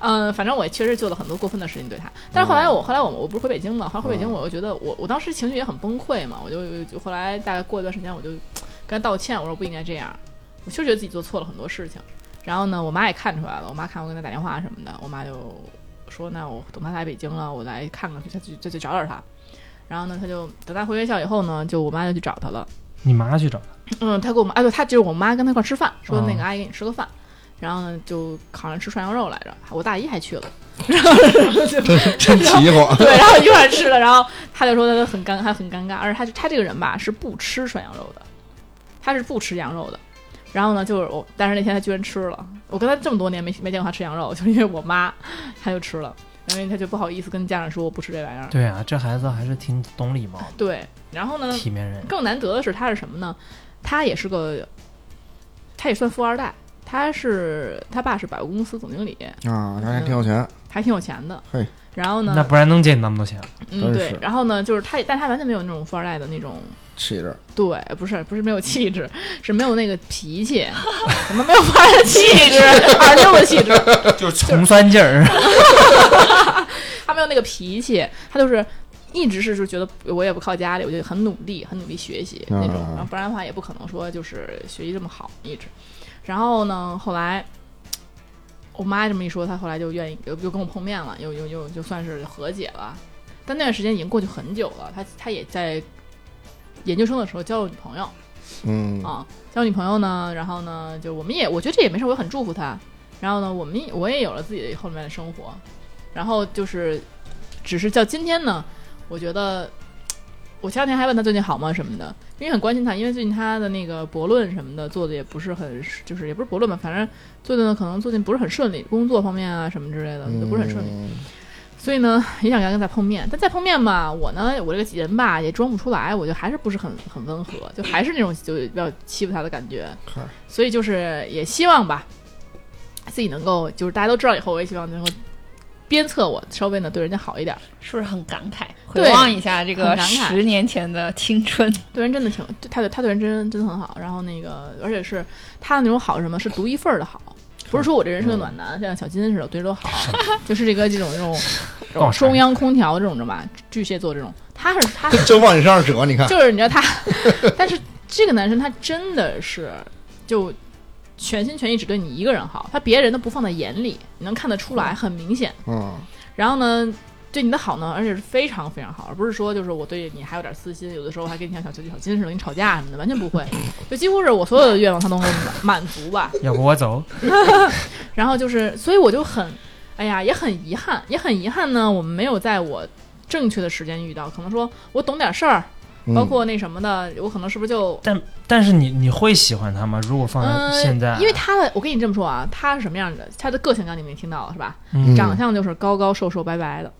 [SPEAKER 2] 嗯、呃反正我也确实做了很多过分的事情对他。但是后来我后来我我不是回北京嘛，后来回北京我又觉得我我当时情绪也很崩溃嘛，我就就后来大概过一段时间我就跟他道歉，我说不应该这样，我确实觉得自己做错了很多事情。然后呢，我妈也看出来了，我妈看我跟他打电话什么的，我妈就说那我等他来北京了，我来看看去，再去再去找找他。然后呢，他就等他回学校以后呢，就我妈就去找他了。
[SPEAKER 4] 你妈去找他，
[SPEAKER 2] 嗯，他给我妈，哎对，他就是我妈跟他一块儿吃饭，说那
[SPEAKER 4] 哦
[SPEAKER 2] 个阿姨给你吃个饭，然后呢就好像吃涮羊肉来着，我大姨还去了，
[SPEAKER 3] 真齐活，
[SPEAKER 2] 对，然后一块儿吃了，然后他就说他很尴，他很尴尬，而且他是他这个人吧是不吃涮羊肉的，他是不吃羊肉的，然后呢就是我，但是那天他居然吃了，我跟他这么多年没没见过他吃羊肉，就是因为我妈，他就吃了，因为他就不好意思跟家长说我不吃这玩意儿，
[SPEAKER 4] 对啊，这孩子还是挺懂礼貌的，
[SPEAKER 2] 对，然后呢
[SPEAKER 4] 体面人。
[SPEAKER 2] 更难得的是，他是什么呢？他也是个，他也算富二代。他是他爸是百货公司总经理，
[SPEAKER 3] 啊，咱还挺有钱，
[SPEAKER 2] 还挺有钱的
[SPEAKER 3] 嘿。
[SPEAKER 2] 然后
[SPEAKER 4] 那
[SPEAKER 2] 呢，
[SPEAKER 4] 不然能借你那么多钱？
[SPEAKER 2] 嗯，
[SPEAKER 3] 真
[SPEAKER 2] 对
[SPEAKER 3] 是，
[SPEAKER 2] 然后呢，就是他也，但他完全没有那种富二代的那种，
[SPEAKER 3] 气质，
[SPEAKER 2] 对，不是不是没有气质，是没有那个脾 气，怎么没有富二代的气质，二舅的气质，
[SPEAKER 4] 就是穷酸劲儿，
[SPEAKER 2] 他没有那个脾气，他就是一直是就觉得我也不靠家里，我就很努力，很努力学习那种，
[SPEAKER 3] 啊
[SPEAKER 2] 然后不然的话也不可能说就是学习这么好一直。然后呢，后来我妈这么一说，她后来就愿意又又跟我碰面了，又又又就算是和解了。但那段时间已经过去很久了，她她也在研究生的时候交了女朋友
[SPEAKER 3] 嗯，
[SPEAKER 2] 啊，交女朋友呢，然后呢，就我们也我觉得这也没事，我也很祝福她。然后呢，我们我也有了自己的后面的生活，然后就是只是叫今天呢，我觉得我前两天还问她最近好吗什么的，因为很关心她，因为最近她的那个博论什么的做的也不是很，就是也不是博论吧，反正做的呢可能最近不是很顺利，工作方面啊什么之类的都不是很顺利，
[SPEAKER 3] 嗯
[SPEAKER 2] 所以呢 也想跟她再碰面，但再碰面吧，我呢我这个人吧也装不出来，我就还是不是很很温和，就还是那种就比较欺负她的感觉，
[SPEAKER 3] 嗨
[SPEAKER 2] 所以就是也希望吧，自己能够就是大家都知道以后，我也希望能够鞭策我，稍微呢对人家好一点。
[SPEAKER 6] 是不是很感慨？回
[SPEAKER 2] 对
[SPEAKER 6] 望一下这个
[SPEAKER 2] 很感慨
[SPEAKER 6] 十年前的青春，
[SPEAKER 2] 对人真的挺，对他对他对人真真的很好。然后那个，而且是他的那种好是什么？是独一份儿的好，不是说我这人是个暖男，像小金似的对人都好， 就是这个这种这种这种中央空调这种的嘛，巨蟹座这种，他是他是
[SPEAKER 3] 就往你身上折，你 看，
[SPEAKER 2] 就是你知道他， 但是这个男生他真的是就全心全意只对你一个人好，他别人都不放在眼里，你能看得出来，很明显。
[SPEAKER 3] 嗯，
[SPEAKER 2] 然后呢，对你的好呢，而且是非常非常好，而不是说就是我对你还有点私心，有的时候还跟你像小小小金似的跟你吵架什么的，完全不会，就几乎是我所有的愿望他都能满足吧。
[SPEAKER 4] 要不我走？
[SPEAKER 2] 然后就是，所以我就很，哎呀，也很遗憾，也很遗憾呢，我们没有在我正确的时间遇到，可能说我懂点事儿，
[SPEAKER 3] 嗯
[SPEAKER 2] 包括那什么的，我可能是不是就。
[SPEAKER 4] 但是你你会喜欢他吗？如果放在现在，啊
[SPEAKER 2] 嗯，因为他的，我跟你这么说啊，他是什么样的？他的个性刚才你们也听到了是吧？
[SPEAKER 4] 嗯
[SPEAKER 2] 长相就是高高瘦瘦白白的，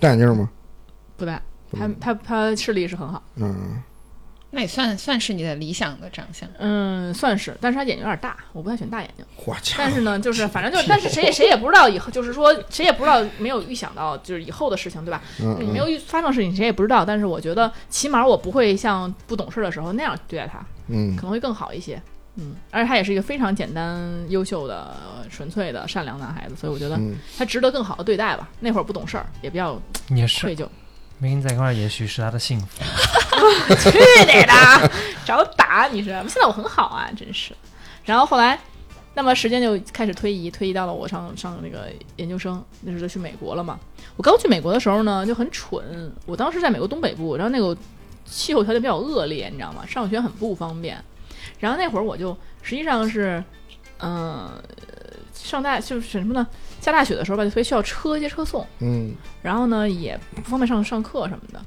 [SPEAKER 3] 戴眼镜吗？
[SPEAKER 2] 不对，他
[SPEAKER 4] 嗯
[SPEAKER 2] 他他视力是很好。
[SPEAKER 3] 嗯，
[SPEAKER 6] 那也算算是你的理想的长相。
[SPEAKER 2] 嗯，算是，但是他眼睛有点大，我不太喜欢大眼 睛。
[SPEAKER 3] 我操，
[SPEAKER 2] 但是呢，就是反正就是，但是谁也谁也不知道以后，就是说谁也不知道没有预想到就是以后的事情，对吧？
[SPEAKER 3] 嗯
[SPEAKER 2] 你没有预发生的事情谁也不知道，但是我觉得起码我不会像不懂事的时候那样对待他，
[SPEAKER 3] 嗯
[SPEAKER 2] 可能会更好一些。嗯，而且他也是一个非常简单、优秀的、呃纯粹的、善良男孩子，所以我觉得
[SPEAKER 3] 嗯
[SPEAKER 2] 他值得更好的对待吧。那会儿不懂事儿，也比较
[SPEAKER 4] 也是
[SPEAKER 2] 愧疚。
[SPEAKER 4] 没跟你在一块儿，也许是他的幸福。
[SPEAKER 2] 去你的，找打你是！现在我很好啊，真是。然后后来，那么时间就开始推移，推移到了我上上那个研究生，那时候就去美国了嘛。我刚去美国的时候呢，就很蠢。我当时在美国东北部，然后那个气候条件比较恶劣，你知道吗？上学很不方便。然后那会儿我就实际上是，嗯、上大就是什么呢？下大雪的时候吧，就特别需要车接车送。
[SPEAKER 3] 嗯
[SPEAKER 2] 然后呢也不方便上上课什么的，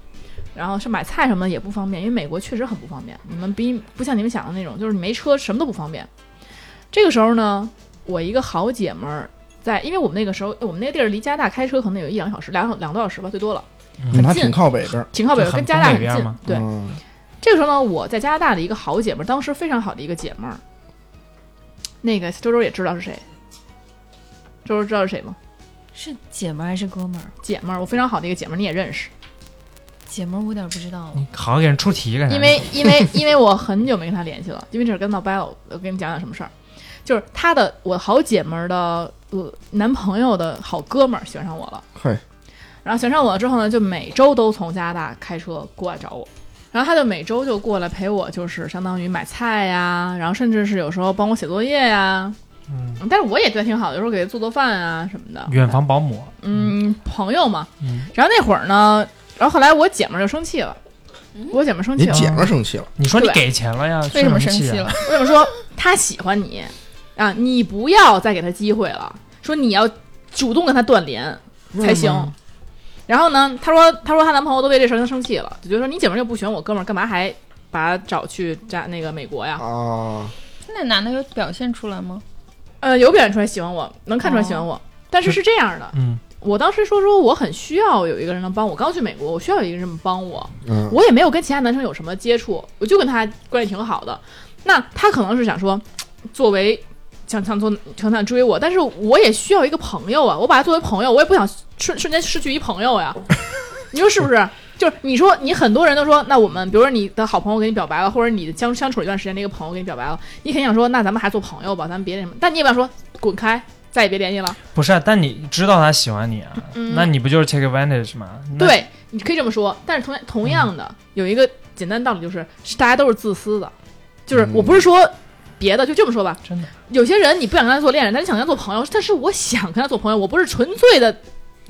[SPEAKER 2] 然后是买菜什么的也不方便，因为美国确实很不方便。你们比不像你们想的那种，就是你没车什么都不方便。这个时候呢，我一个好姐们儿在，因为我们那个时候我们那个地儿离加拿大开车可能有一两个小时，两两个多小时吧，最多了，
[SPEAKER 3] 嗯，他
[SPEAKER 2] 近
[SPEAKER 3] 挺靠北边儿，
[SPEAKER 2] 挺靠北
[SPEAKER 4] 就，很
[SPEAKER 2] 跟加拿大
[SPEAKER 4] 东
[SPEAKER 2] 很
[SPEAKER 4] 北边
[SPEAKER 2] 近
[SPEAKER 4] 嘛。
[SPEAKER 2] 对，
[SPEAKER 3] 嗯
[SPEAKER 2] 这个时候呢，我在加拿大的一个好姐们儿，当时非常好的一个姐们儿，那个周周也知道是谁，周周知道是谁吗？
[SPEAKER 5] 是姐们儿还是哥们儿？
[SPEAKER 2] 姐们儿，我非常好的一个姐们儿，你也认识。
[SPEAKER 5] 姐们儿我有点不知道了。
[SPEAKER 2] 嗯
[SPEAKER 4] 你好好给人出题干 啥？
[SPEAKER 2] 因为因为因为我很久没跟他联系了，因为这事儿跟闹掰了。我我跟你讲讲什么事儿，就是她的我好姐们儿的呃男朋友的好哥们儿喜欢上我了，
[SPEAKER 3] 嘿，
[SPEAKER 2] 然后喜欢上我了之后呢，就每周都从加拿大开车过来找我。然后他就每周就过来陪我，就是相当于买菜呀，然后甚至是有时候帮我写作业呀。
[SPEAKER 4] 嗯，
[SPEAKER 2] 但是我也对他挺好的，有时候给他做做饭啊什么的。
[SPEAKER 4] 远房保姆，
[SPEAKER 2] 嗯，朋友嘛。
[SPEAKER 4] 嗯，
[SPEAKER 2] 然后那会儿呢，然后后来我姐们儿就生气了，我姐们儿生
[SPEAKER 3] 你
[SPEAKER 2] 气了。
[SPEAKER 3] 姐们儿生气了，
[SPEAKER 4] 你说你
[SPEAKER 2] 对
[SPEAKER 4] 给钱了呀？
[SPEAKER 6] 为什么生
[SPEAKER 4] 气
[SPEAKER 6] 气
[SPEAKER 4] 啊？
[SPEAKER 6] 了？
[SPEAKER 2] 我怎么说？他喜欢你啊，你不要再给他机会了。说你要主动跟他断联才行。然后呢，她说，她说她男朋友都为这事儿生气了，就觉得说你姐们儿又不喜欢我哥们儿，干嘛还把他找去加那个美国呀？
[SPEAKER 3] 啊，
[SPEAKER 6] 那男的有表现出来吗？
[SPEAKER 2] 呃，有表现出来喜欢我，能看出来喜欢我。但是是这样的，
[SPEAKER 4] 嗯，
[SPEAKER 2] 我当时说说我很需要有一个人能帮我，刚去美国，我需要有一个人帮我。
[SPEAKER 3] 嗯，
[SPEAKER 2] 我也没有跟其他男生有什么接触，我就跟他关系挺好的。那他可能是想说，作为想想做想想追我，但是我也需要一个朋友啊，我把他作为朋友，我也不想瞬瞬间失去一朋友呀。 你说是不是？就是你说你很多人都说，那我们比如说你的好朋友给你表白了，或者你相相处一段时间的一个朋友给你表白了，你肯定想说，那咱们还做朋友吧，咱们别那什么。但你也不想说滚开，再也别联系了。
[SPEAKER 4] 不是啊，但你知道他喜欢你啊，
[SPEAKER 2] 嗯
[SPEAKER 4] 那你不就是 take advantage 吗？那，
[SPEAKER 2] 对，你可以这么说。但是同
[SPEAKER 4] 嗯
[SPEAKER 2] 同样的，有一个简单道理就是，是大家都是自私的，就是我不是说别的，就这么说吧，
[SPEAKER 4] 嗯真的。
[SPEAKER 2] 有些人你不想跟他做恋人，但你想跟他做朋友，但是我想跟他做朋友，我不是纯粹的，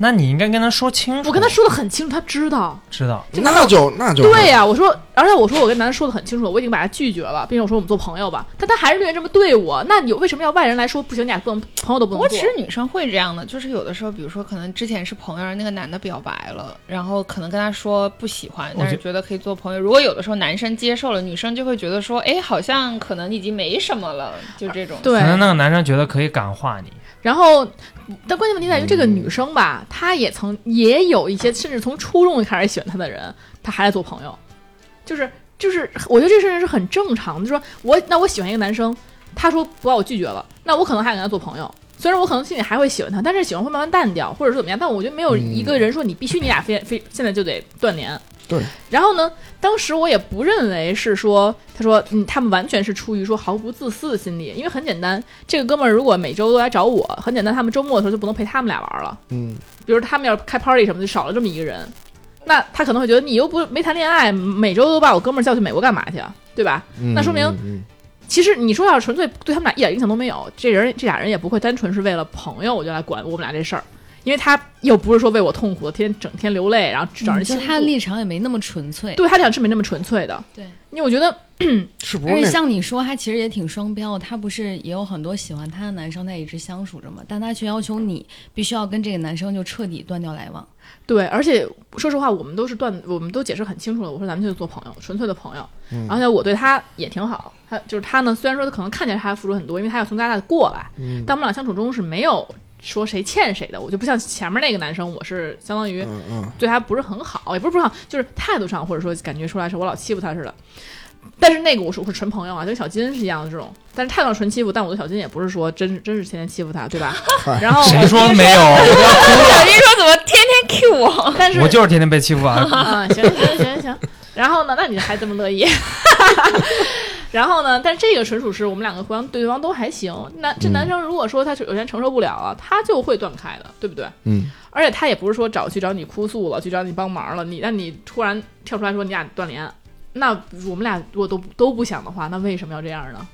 [SPEAKER 4] 那你应该跟他说清楚。
[SPEAKER 2] 我跟他说的很清楚，他知道。
[SPEAKER 4] 知道，
[SPEAKER 3] 那就那就
[SPEAKER 2] 对呀、我说，而且我说我跟男的说的很清楚了，我已经把他拒绝了，并且我说我们做朋友吧，但他还是愿意这么对我。那你为什么要外人来说不行，你俩不能朋友都不
[SPEAKER 6] 不
[SPEAKER 2] 能
[SPEAKER 6] 过
[SPEAKER 2] 做？
[SPEAKER 6] 其实女生会这样的，就是有的时候，比如说可能之前是朋友，然后那个男的表白了，然后可能跟他说不喜欢，
[SPEAKER 4] 我
[SPEAKER 6] 但
[SPEAKER 4] 觉
[SPEAKER 6] 是觉得可以做朋友。如果有的时候男生接受了，女生就会觉得说，哎，好像可能已经没什么了，就这种。
[SPEAKER 2] 对
[SPEAKER 4] 可，能那个男生觉得可以感化你，
[SPEAKER 2] 然后，但关键问题在于这
[SPEAKER 4] 嗯
[SPEAKER 2] 个女生吧，她也曾也有一些，甚至从初中就开始喜欢他的人，她还在做朋友，就是就是，我觉得这事情是很正常的。就说我那我喜欢一个男生，他说不把我拒绝了，那我可能还跟他做朋友。虽然我可能心里还会喜欢他，但是喜欢会慢慢淡掉，或者是怎么样。但我觉得没有一个人说你必须你俩非非现在就得断联。
[SPEAKER 3] 对。
[SPEAKER 2] 然后呢，当时我也不认为是说，他说嗯，他们完全是出于说毫不自私的心理，因为很简单，这个哥们儿如果每周都来找我，很简单，他们周末的时候就不能陪他们俩玩了。
[SPEAKER 3] 嗯，
[SPEAKER 2] 比如他们要开 party 什么的，就少了这么一个人，那他可能会觉得你又不没谈恋爱，每周都把我哥们儿叫去美国干嘛去啊，对吧？
[SPEAKER 3] 嗯
[SPEAKER 2] 那说明
[SPEAKER 3] 嗯
[SPEAKER 2] 其实你说要是纯粹对他们俩一点影响都没有，这人这俩人也不会单纯是为了朋友我就来管我们俩这事儿，因为他又不是说为我痛苦，天天整天流泪，然后找人
[SPEAKER 5] 嗯就
[SPEAKER 2] 倾诉。
[SPEAKER 5] 他的立场也没那么纯粹。
[SPEAKER 2] 对他俩是没那么纯粹的，
[SPEAKER 5] 对
[SPEAKER 2] 因为我觉得
[SPEAKER 3] 是不是
[SPEAKER 5] 而且
[SPEAKER 3] 那
[SPEAKER 5] 像你说，他其实也挺双标的。他不是也有很多喜欢他的男生，他也一直相处着嘛，但他却要求你必须要跟这个男生就彻底断掉来往。
[SPEAKER 2] 对，而且说实话，我们都是断，我们都解释很清楚了。我说咱们就是做朋友，纯粹的朋友。
[SPEAKER 3] 嗯
[SPEAKER 2] 而且我对他也挺好，他就是他呢，虽然说他可能看起来他付出很多，因为他要从加拿大过来，
[SPEAKER 3] 嗯
[SPEAKER 2] 但我们俩相处中是没有说谁欠谁的。我就不像前面那个男生，我是相当于
[SPEAKER 3] 嗯嗯，
[SPEAKER 2] 对他不是很好，也不是不是很好，就是态度上或者说感觉出来是我老欺负他似的。但是那个我是我是纯朋友啊，就跟小金是一样的这种，但是态度上纯欺负，但我对小金也不是说真真是天天欺负他，对 吧？然后
[SPEAKER 4] 谁说没有？
[SPEAKER 6] 小金说怎么天天 Q 我？
[SPEAKER 2] 但是
[SPEAKER 4] 我就是天天被欺 负啊！
[SPEAKER 2] 啊，行行行行，然后呢，那你还这么乐意？ 然后呢，但这个纯属是我们两个互相对对方都还行。那
[SPEAKER 3] 嗯
[SPEAKER 2] 这男生如果说他有些承受不了啊，他就会断开的，对不对？
[SPEAKER 3] 嗯。
[SPEAKER 2] 而且他也不是说找去找你哭诉了，去找你帮忙了，你那你突然跳出来说你俩断联，那我们俩如果都都不想的话，那为什么要这样呢？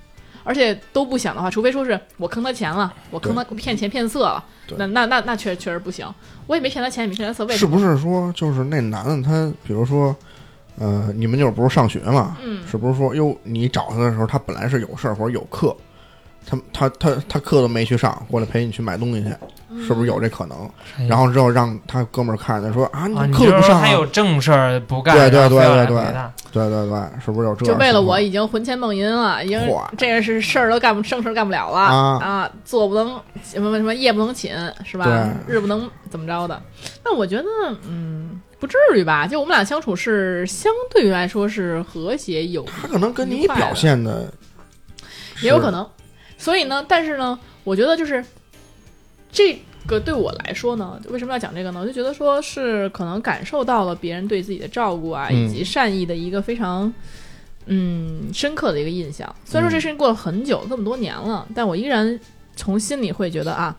[SPEAKER 2] 而且都不想的话，除非说是我坑他钱了，我坑他骗钱骗色了，
[SPEAKER 3] 对
[SPEAKER 2] 那那那那确确实不行。我也没骗他钱，也没骗他色，为什
[SPEAKER 3] 是
[SPEAKER 2] 么？
[SPEAKER 3] 不是说就是那男的他，比如说，呃，你们就是不是上学嘛？
[SPEAKER 2] 嗯
[SPEAKER 3] 是不是说哟，你找他的时候，他本来是有事儿或者有课，他他他他课都没去上，过来陪你去买东西去，
[SPEAKER 2] 嗯
[SPEAKER 3] 是不是有这可能？然后之后让他哥们儿看见说啊，你
[SPEAKER 4] 啊，你
[SPEAKER 3] 课
[SPEAKER 4] 就
[SPEAKER 3] 都
[SPEAKER 4] 是
[SPEAKER 3] 不
[SPEAKER 4] 说
[SPEAKER 3] 上、
[SPEAKER 4] 他
[SPEAKER 3] 啊，
[SPEAKER 4] 有正事儿不干，
[SPEAKER 3] 对对
[SPEAKER 4] 然后非
[SPEAKER 3] 对
[SPEAKER 4] 要来
[SPEAKER 3] 对
[SPEAKER 4] 陪
[SPEAKER 3] 对
[SPEAKER 4] 他
[SPEAKER 3] 对对对，是不是有这
[SPEAKER 2] 就
[SPEAKER 3] 样的
[SPEAKER 2] 为了
[SPEAKER 3] 情况
[SPEAKER 2] 我已经魂牵梦萦了，已经
[SPEAKER 3] 嚯
[SPEAKER 2] 这个是事儿都干不正事儿干不了了
[SPEAKER 3] 啊
[SPEAKER 2] 坐不能什么什么夜不能寝是吧？
[SPEAKER 3] 对
[SPEAKER 2] 日不能怎么着的。那我觉得嗯不至于吧，就我们俩相处是相对于来说是和谐有，
[SPEAKER 3] 他可能跟
[SPEAKER 2] 愉
[SPEAKER 3] 你
[SPEAKER 2] 快的
[SPEAKER 3] 表现的
[SPEAKER 2] 也有可能。所以呢，但是呢，我觉得就是这个对我来说呢，为什么要讲这个呢？我就觉得说是可能感受到了别人对自己的照顾啊，
[SPEAKER 3] 嗯
[SPEAKER 2] 以及善意的一个非常嗯深刻的一个印象。虽然说这事情过了很久，这么多年了，但我依然从心里会觉得啊。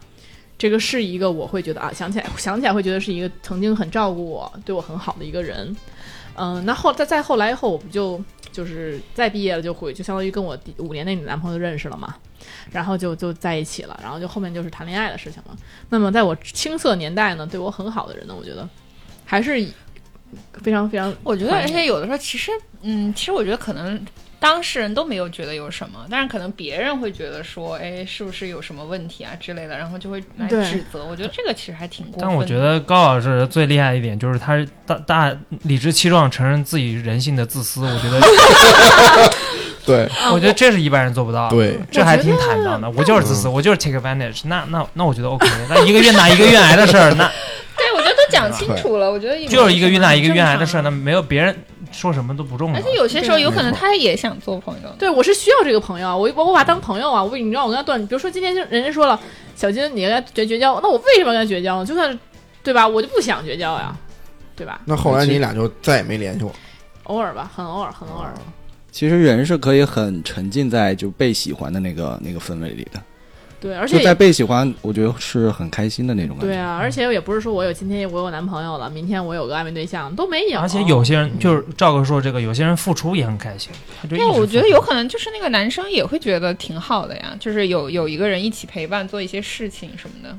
[SPEAKER 2] 这个是一个我会觉得啊，想起来想起来会觉得是一个曾经很照顾我、对我很好的一个人，嗯、那后再再后来以后，我不就就是再毕业了就回，就相当于跟我第五年那个男朋友认识了嘛，然后就就在一起了，然后就后面就是谈恋爱的事情了。那么在我青涩年代呢，对我很好的人呢，我觉得还是以非常非常
[SPEAKER 6] 我觉得，
[SPEAKER 2] 怀
[SPEAKER 6] 而
[SPEAKER 2] 念
[SPEAKER 6] 且有的时候其实，嗯，其实我觉得可能当事人都没有觉得有什么，但是可能别人会觉得说，哎，是不是有什么问题啊之类的，然后就会来
[SPEAKER 2] 对
[SPEAKER 6] 指责。我觉得这个其实还挺过分的。
[SPEAKER 4] 但我觉得高老师最厉害一点就是他大大理直气壮承认自己人性的自私，我 觉得，
[SPEAKER 3] 对
[SPEAKER 4] 我觉得这是一般人做不到。。
[SPEAKER 3] 对
[SPEAKER 4] 这还挺坦荡的，我就是自私，我就是 take advantage。那那那我觉得 OK。那一个愿打一个愿挨的事儿， 那
[SPEAKER 6] 对，我觉得都讲清楚了。我觉得也没
[SPEAKER 4] 就是一个
[SPEAKER 6] 什么
[SPEAKER 4] 愿打一个
[SPEAKER 6] 很正
[SPEAKER 4] 愿挨的事
[SPEAKER 6] 常
[SPEAKER 4] 儿，那没有别人说什么都不重要
[SPEAKER 6] 而。且有些时候有可能
[SPEAKER 3] 没错
[SPEAKER 6] 他也想做朋友。
[SPEAKER 2] 对，我是需要这个朋友啊，我我我把他当朋友啊，我你让我跟他断，比如说今天就人家说了，小金你跟他绝绝交，那我为什么要跟他绝交呢？就算是对吧，我就不想绝交呀，对吧？
[SPEAKER 3] 那后来你俩就再也没联系过，
[SPEAKER 2] 偶尔吧，很偶尔，很偶尔。
[SPEAKER 7] 其实人是可以很沉浸在就被喜欢的那个那个氛围里的。
[SPEAKER 2] 对，而且
[SPEAKER 7] 就在
[SPEAKER 2] 也
[SPEAKER 7] 被喜欢，我觉得是很开心的那种感觉。
[SPEAKER 2] 对啊，而且也不是说我有今天我有男朋友了，明天我有个暧昧对象都没有，
[SPEAKER 4] 而且有些人就是赵哥说这个，有些人付出也很开心。他就一
[SPEAKER 6] 但
[SPEAKER 4] 直
[SPEAKER 6] 哎我觉
[SPEAKER 4] 付出
[SPEAKER 6] 得有可能就是那个男生也会觉得挺好的呀，就是有有一个人一起陪伴做一些事情什么的，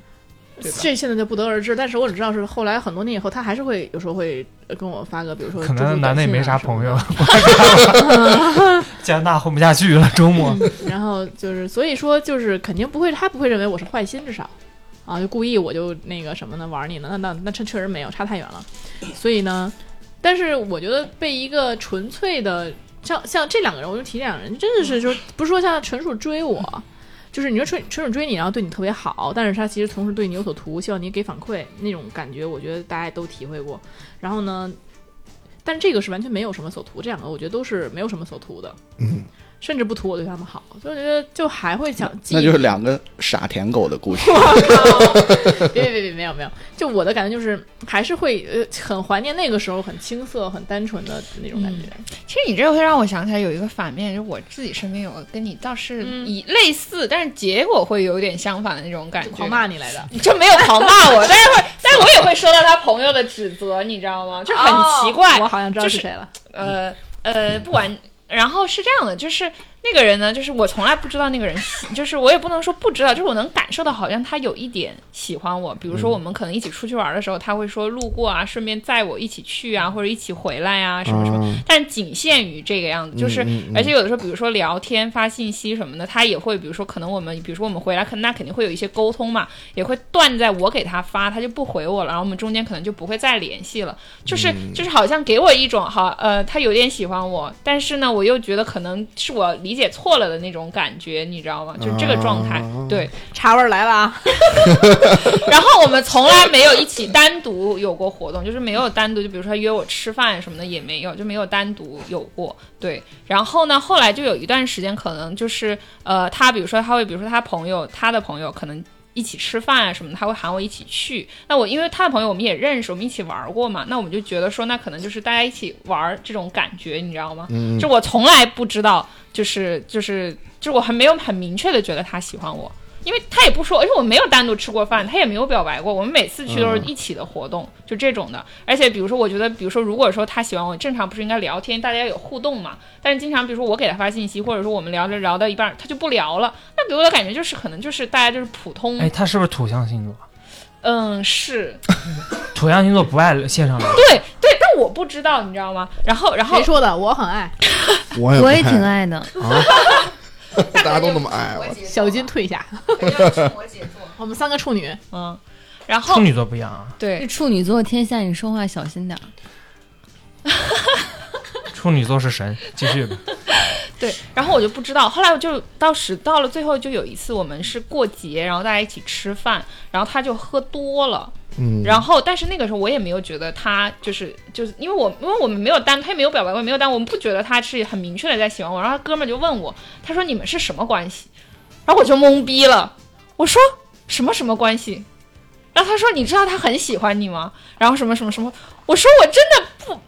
[SPEAKER 6] 对吧？
[SPEAKER 2] 这现在就不得而知，但是我只知道是后来很多年以后，他还是会有时候会跟我发个，比如说
[SPEAKER 4] 可
[SPEAKER 2] 祝
[SPEAKER 4] 能
[SPEAKER 2] 福
[SPEAKER 4] 男的
[SPEAKER 2] 短
[SPEAKER 4] 也
[SPEAKER 2] 信
[SPEAKER 4] 没
[SPEAKER 2] 啊
[SPEAKER 4] 啥
[SPEAKER 2] 什么
[SPEAKER 4] 朋
[SPEAKER 2] 的
[SPEAKER 4] 友， 加拿大混不下去了，周末
[SPEAKER 6] 嗯
[SPEAKER 2] 然后就是，所以说就是肯定不会，他不会认为我是坏心，至少啊，就故意我就那个什么呢玩你呢？那那那这确实没有，差太远了。所以呢，但是我觉得被一个纯粹的像像这两个人，我就提这两个人，真的是就是不是说像纯属追我。就是你说纯纯属追你，然后对你特别好，但是他其实同时对你有所图，希望你给反馈那种感觉，我觉得大家都体会过。然后呢，但这个是完全没有什么所图，这两个我觉得都是没有什么所图的。
[SPEAKER 3] 嗯，
[SPEAKER 2] 甚至不图我对他们好，所以我觉得就还会想记。
[SPEAKER 7] 那就是两个傻舔狗的 故事。
[SPEAKER 2] 别别别别，没有没有，就我的感觉就是还是会呃很怀念那个时候很青涩、很单纯的那种感觉。
[SPEAKER 6] 其实你这会让我想起来有一个反面，就我自己身边有个跟你倒是
[SPEAKER 2] 嗯
[SPEAKER 6] 以类似，但是结果会有点相反的那种感觉，
[SPEAKER 2] 狂骂你来的，
[SPEAKER 6] 就没有狂骂 我，但是会，但是我也会收到他朋友的指责，你知道吗？就很奇怪，
[SPEAKER 2] 哦我好像知道
[SPEAKER 6] 就是是
[SPEAKER 2] 谁了。
[SPEAKER 6] 呃呃，不玩。然后是这样的，就是那个人呢，就是我从来不知道那个人喜，就是我也不能说不知道，就是我能感受到好像他有一点喜欢我。比如
[SPEAKER 3] 嗯
[SPEAKER 6] 说我们可能一起出去玩的时候，他会说路过啊，顺便载我一起去啊，或者一起回来啊，什么什么。
[SPEAKER 3] 啊
[SPEAKER 6] 但仅限于这个样子，就是、
[SPEAKER 3] 嗯嗯
[SPEAKER 6] 而且有的时候，比如说聊天、发信息什么的，他也会，比如说可能我们，比如说我们回来，可能那肯定会有一些沟通嘛，也会断在我给他发，他就不回我了，然后我们中间可能就不会再联系了。就是、就是好像给我一种好呃，他有点喜欢我，但是呢，我又觉得可能是我理解错了的那种感觉，你知道吗？就这个状态，
[SPEAKER 3] 嗯啊
[SPEAKER 6] 对。
[SPEAKER 2] 茶味儿来了啊！
[SPEAKER 6] 然后我们从来没有一起单独有过活动，就是没有单独，就比如说他约我吃饭什么的也没有，就没有单独有过。对，然后呢，后来就有一段时间，可能就是呃，他比如说他会，比如说他朋友，他的朋友可能。一起吃饭啊什么的，他会喊我一起去。那我因为他的朋友我们也认识，我们一起玩过嘛，那我们就觉得说，那可能就是大家一起玩这种感觉，你知道吗？
[SPEAKER 3] 嗯
[SPEAKER 6] 就我从来不知道，就是就是就我还没有很明确的觉得他喜欢我，因为他也不说，而且我没有单独吃过饭，他也没有表白过。我们每次去都是一起的活动，就这种的。而且比如说，我觉得，比如说，如果说他喜欢我，正常不是应该聊天，大家有互动嘛？但是经常，比如说我给他发信息，或者说我们聊着聊到一半，他就不聊了，那给我的感觉就是，可能就是大家就是普通，
[SPEAKER 4] 哎，他是不是土象星座？
[SPEAKER 6] 嗯，是
[SPEAKER 4] 土象星座不爱线上聊天，
[SPEAKER 6] 对对，但我不知道，你知道吗？然后然后
[SPEAKER 2] 谁说的？我很爱
[SPEAKER 3] 我也
[SPEAKER 5] 我
[SPEAKER 3] 哎不
[SPEAKER 5] 也
[SPEAKER 3] 太
[SPEAKER 5] 挺爱的，
[SPEAKER 3] 啊，大家都那么爱我，
[SPEAKER 2] 小金退下，我们三个处女，
[SPEAKER 6] 嗯，然后
[SPEAKER 4] 处女座不一样啊，
[SPEAKER 6] 对
[SPEAKER 5] 这，处女座天下，你说话小心点儿。
[SPEAKER 4] 处女座是神。继续吧，
[SPEAKER 6] 对，然后我就不知道，后来我就到时到了最后，就有一次我们是过节，然后大家一起吃饭，然后他就喝多了，
[SPEAKER 3] 嗯，
[SPEAKER 6] 然后但是那个时候我也没有觉得他就是就是因为我因为我们没有单，他也没有表白过，没有单，我们不觉得他是很明确的在喜欢我，然后他哥们儿就问我，他说你们是什么关系，然后我就懵逼了，我说什么什么关系，然后他说你知道他很喜欢你吗？然后什么什么什么，我说我真的不。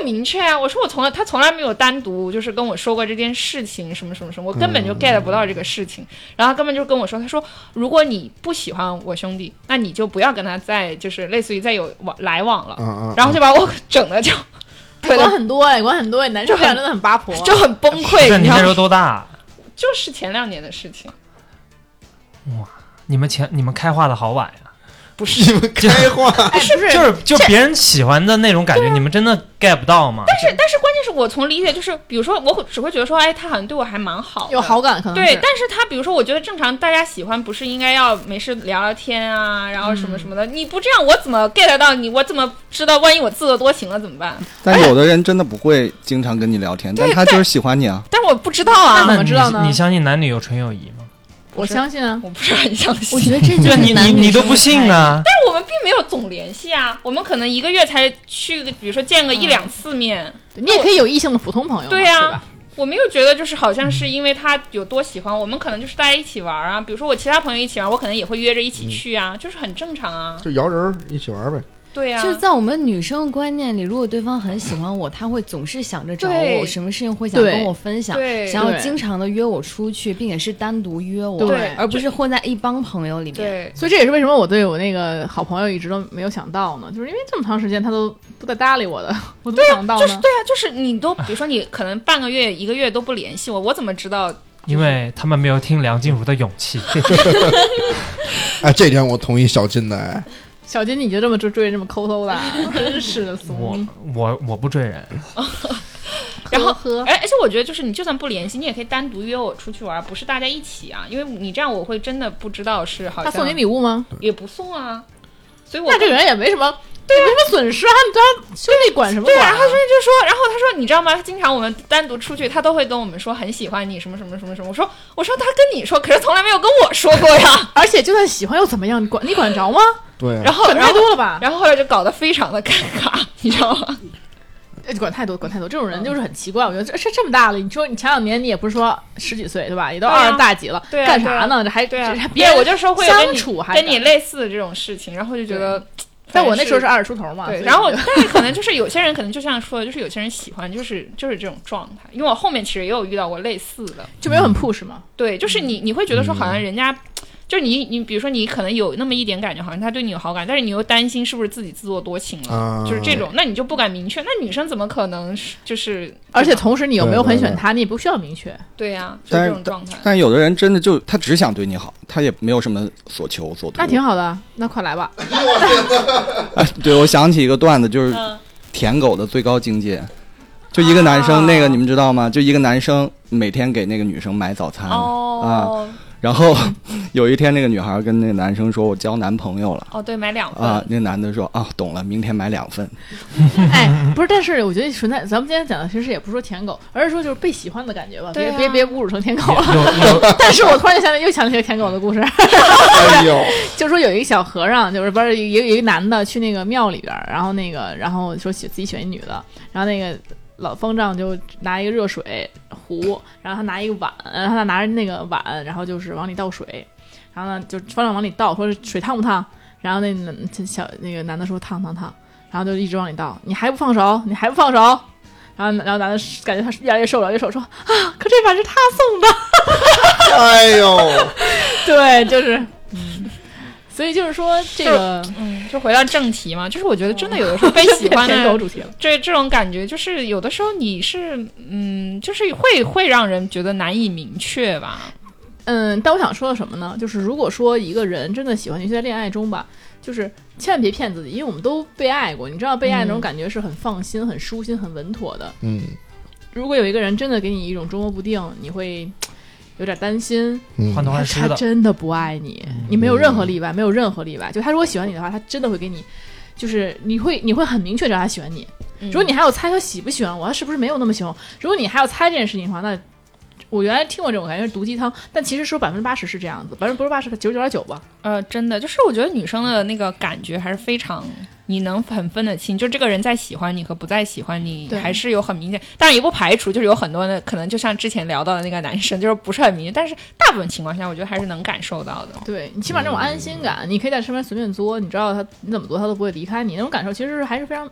[SPEAKER 6] 不明确啊！我说我从来他从来没有单独就是跟我说过这件事情什么什么什么，我根本就
[SPEAKER 3] 嗯
[SPEAKER 6] get 不到这个事情。然后他根本就跟我说，他说如果你不喜欢我兄弟，那你就不要跟他再就是类似于再有往来往了。
[SPEAKER 3] 嗯嗯，
[SPEAKER 6] 然后就把我整的就， 对
[SPEAKER 2] 管
[SPEAKER 6] 的，
[SPEAKER 2] 很多哎，管很多哎，男生
[SPEAKER 6] 就很
[SPEAKER 2] 真的很八婆。
[SPEAKER 6] 就很崩
[SPEAKER 4] 不
[SPEAKER 6] 溃。
[SPEAKER 4] 是
[SPEAKER 6] 你
[SPEAKER 4] 你那
[SPEAKER 6] 知道
[SPEAKER 4] 时候
[SPEAKER 6] 吗？
[SPEAKER 4] 多大？啊
[SPEAKER 6] 就是前两年的事情，
[SPEAKER 4] 你们前你们开化的好晚呀、
[SPEAKER 3] 不是你们开化，
[SPEAKER 2] 哎，不是，
[SPEAKER 4] 就是就别人喜欢的那种感觉，你们真的 get 不到吗？
[SPEAKER 6] 啊但是但是关键是我从理解就是，比如说我只会觉得说，哎，他好像对我还蛮好的，
[SPEAKER 2] 有好感可能
[SPEAKER 6] 对，
[SPEAKER 2] 是
[SPEAKER 6] 但是他比如说，我觉得正常大家喜欢不是应该要没事聊聊天啊，然后什么什么的，你不这样我怎么 get 到你？我怎么知道？万一我自作多情了怎么办？
[SPEAKER 7] 但有的人真的不会经常跟你聊天，但他就是喜欢你啊。
[SPEAKER 6] 但我不知道啊，
[SPEAKER 2] 那怎么
[SPEAKER 4] 你
[SPEAKER 2] 知道呢
[SPEAKER 4] 你相信男女有纯友谊吗？
[SPEAKER 2] 我相信啊，
[SPEAKER 6] 我不是很相信。
[SPEAKER 5] 我觉得这就
[SPEAKER 4] 对啊
[SPEAKER 5] 是
[SPEAKER 4] 你
[SPEAKER 5] 男
[SPEAKER 4] 你
[SPEAKER 5] 女
[SPEAKER 4] 你都
[SPEAKER 5] 生
[SPEAKER 4] 不
[SPEAKER 5] 的差异
[SPEAKER 4] 信。啊？
[SPEAKER 6] 但我们并没有总联系啊，我们可能一个月才去个，比如说见个一两次面。
[SPEAKER 2] 你也可以有异性的普通朋友嘛，
[SPEAKER 6] 对呀
[SPEAKER 2] 是吧
[SPEAKER 6] 我没有觉得就是好像是因为他有多喜欢我，我们可能就是大家一起玩啊，嗯比如说我其他朋友一起玩，我可能也会约着一起去啊，就是很正常啊。
[SPEAKER 3] 就摇人儿一起玩呗，
[SPEAKER 6] 对啊呀、
[SPEAKER 5] 就是在我们女生的观念里，如果对方很喜欢我，他会总是想着找
[SPEAKER 6] 对
[SPEAKER 5] 我，什么事情会想跟我分享
[SPEAKER 6] 对，
[SPEAKER 5] 想要
[SPEAKER 2] 对
[SPEAKER 5] 经常的约我出去，并且是单独约我，
[SPEAKER 2] 对
[SPEAKER 5] 而不是混在一帮朋友里面。
[SPEAKER 6] 对，
[SPEAKER 2] 所以这也是为什么我对我那个好朋友一直都没有想到呢，就是因为这么长时间他都不再搭理我的，我怎么想到
[SPEAKER 6] 就
[SPEAKER 2] 哦呢？
[SPEAKER 6] 是对啊，就是你都，比如说你可能半个月、一个月都不联系我，我怎么知道？
[SPEAKER 4] 因为他们没有听梁静茹的勇气。
[SPEAKER 3] 哎，这点我同意小金的，哎，
[SPEAKER 2] 小金，你就这么追追这么抠搜 的，真是的
[SPEAKER 4] 我
[SPEAKER 2] 怂。
[SPEAKER 4] 我我不追人，
[SPEAKER 6] 然后
[SPEAKER 2] 呵呵
[SPEAKER 6] 哎，而且我觉得就是你就算不联系，你也可以单独约我出去玩，不是大家一起啊，因为你这样我会真的不知道是好
[SPEAKER 2] 他
[SPEAKER 6] 像
[SPEAKER 2] 送你礼物吗？
[SPEAKER 6] 也不送啊，所以我
[SPEAKER 2] 那这个人也没什么，对、没什么损失啊，你这兄弟管什么
[SPEAKER 6] 对
[SPEAKER 2] 管
[SPEAKER 6] 啊，
[SPEAKER 2] 啊？
[SPEAKER 6] 他说就说，然后他说你知道吗？他经常我们单独出去，他都会跟我们说很喜欢你什么什么什么什么。我说我说他跟你说，可是从来没有跟我说过呀。
[SPEAKER 2] 而且就算喜欢又怎么样？你管你管着吗？
[SPEAKER 3] 对
[SPEAKER 6] 然，后
[SPEAKER 2] 管
[SPEAKER 6] 然
[SPEAKER 2] 太
[SPEAKER 6] 后
[SPEAKER 2] 多了吧？
[SPEAKER 6] 哦然后后来就搞得非常的尴尬，你知道吗？
[SPEAKER 2] 哎管太多，管太多，这种人就是很奇怪。我觉得这这这么大了，你说你前两年你也不是说十几岁对吧？也都
[SPEAKER 6] 对啊
[SPEAKER 2] 二十大几了，
[SPEAKER 6] 对啊
[SPEAKER 2] 干啥呢？这还
[SPEAKER 6] 对啊
[SPEAKER 2] 这还，别
[SPEAKER 6] 别
[SPEAKER 2] 人
[SPEAKER 6] 我就说会有跟
[SPEAKER 2] 相处还
[SPEAKER 6] 你跟你类似的这种事情，然后就觉得，
[SPEAKER 2] 在
[SPEAKER 6] 反正
[SPEAKER 2] 我那时候是。二十出头嘛，
[SPEAKER 6] 对，
[SPEAKER 2] 所以
[SPEAKER 6] 然后但是可能就是有些人可能就像说的，就是有些人喜欢就是就是这种状态，因为我后面其实也有遇到过类似的，
[SPEAKER 2] 就没有很 push 嘛。
[SPEAKER 6] 对，就是你你会觉得说
[SPEAKER 7] 嗯
[SPEAKER 6] 好像人家。就是你，你比如说，你可能有那么一点感觉，好像他对你有好感，但是你又担心是不是自己自作多情了，
[SPEAKER 3] 啊
[SPEAKER 6] 就是这种，那你就不敢明确。那女生怎么可能是就是？
[SPEAKER 2] 而且同时你有没有
[SPEAKER 3] 对对
[SPEAKER 2] 很选
[SPEAKER 3] 对
[SPEAKER 2] 他，你也不需要明确。
[SPEAKER 6] 对呀、就
[SPEAKER 7] 但
[SPEAKER 6] 这
[SPEAKER 7] 是
[SPEAKER 6] 种状态。
[SPEAKER 7] 但有的人真的就他只想对你好，他也没有什么所求所图。
[SPEAKER 2] 那挺好的，那快来吧。
[SPEAKER 7] 哎，对，我想起一个段子，就是
[SPEAKER 6] 嗯
[SPEAKER 7] 舔狗的最高境界，就一个男生，那个你们知道吗？就一个男生每天给那个女生买早餐，
[SPEAKER 6] 哦、
[SPEAKER 7] 然后有一天那个女孩跟那个男生说：“我交男朋友 了。”
[SPEAKER 6] 哦，对，买两份。
[SPEAKER 7] 啊，那男的说：“啊，懂了，明天买两份。
[SPEAKER 4] 嗯
[SPEAKER 2] 哎，不是，但是我觉得存在，咱们今天讲的其实也不是说舔狗，而是说就是被喜欢的感觉吧。
[SPEAKER 6] 对
[SPEAKER 2] 别
[SPEAKER 6] 啊
[SPEAKER 2] 别别侮辱成舔狗了。
[SPEAKER 4] 有有
[SPEAKER 2] 但是我突然想起又想起了舔狗的故事，
[SPEAKER 3] 哎呦，
[SPEAKER 2] 就说有一个小和尚，就是不是有有一个男的去那个庙里边儿，然后那个然后说喜自己选一女的，然后那个老方丈就拿一个热水壶，然后他拿一个碗，然后他拿着那个碗，然后就是往里倒水，然后呢就方丈往里倒，说水烫不烫？然后那男小那个男的说烫烫烫，然后就一直往里倒，你还不放手，你还不放手。然后，然后男的感觉他越来越瘦了，越瘦说啊，可这碗是他送的，
[SPEAKER 3] 哎 呦，
[SPEAKER 2] 对，就是，嗯，所以就是说这个，
[SPEAKER 6] 嗯，就回到正题嘛，就是我觉得真的有的时候 被喜欢
[SPEAKER 2] 舔狗
[SPEAKER 6] 的
[SPEAKER 2] 主题了。
[SPEAKER 6] 这这种感觉，就是有的时候你是嗯，就是会会让人觉得难以明确吧。
[SPEAKER 2] 嗯，但我想说的什么呢？就是如果说一个人真的喜欢你，就在恋爱中吧，就是千万别骗自己，因为我们都被爱过，你知道被爱那种感觉是很放心、很舒心、很稳妥的。
[SPEAKER 3] 嗯
[SPEAKER 2] 如果有一个人真的给你一种捉摸不定，你会有点担心，
[SPEAKER 4] 患
[SPEAKER 3] 嗯，
[SPEAKER 4] 得
[SPEAKER 2] 他
[SPEAKER 4] 患失
[SPEAKER 2] 他
[SPEAKER 4] 的，
[SPEAKER 2] 真的不爱你，你没有任何例外，没有任何例外。就他如果喜欢你的话，他真的会给你，就是你会你会很明确知道他喜欢你。
[SPEAKER 6] 嗯
[SPEAKER 2] 如果你还要猜他喜不喜欢我，他是不是没有那么喜欢我？如果你还要猜这件事情的话，那我原来听过这种感觉是毒鸡汤，但其实说百分之八十是这样子，百分之不是八十，九十九点九吧。
[SPEAKER 6] 呃，真的就是我觉得女生的那个感觉还是非常，你能很分得清，就这个人在喜欢你和不再喜欢你，
[SPEAKER 2] 对
[SPEAKER 6] 还是有很明显。当然也不排除就是有很多的可能，就像之前聊到的那个男生，就是不是很明显，但是大部分情况下，我觉得还是能感受到的。
[SPEAKER 2] 对你起码这种安心感，你可以在身边随便作，你知道他你怎么做他都不会离开你，那种感受其实还是非常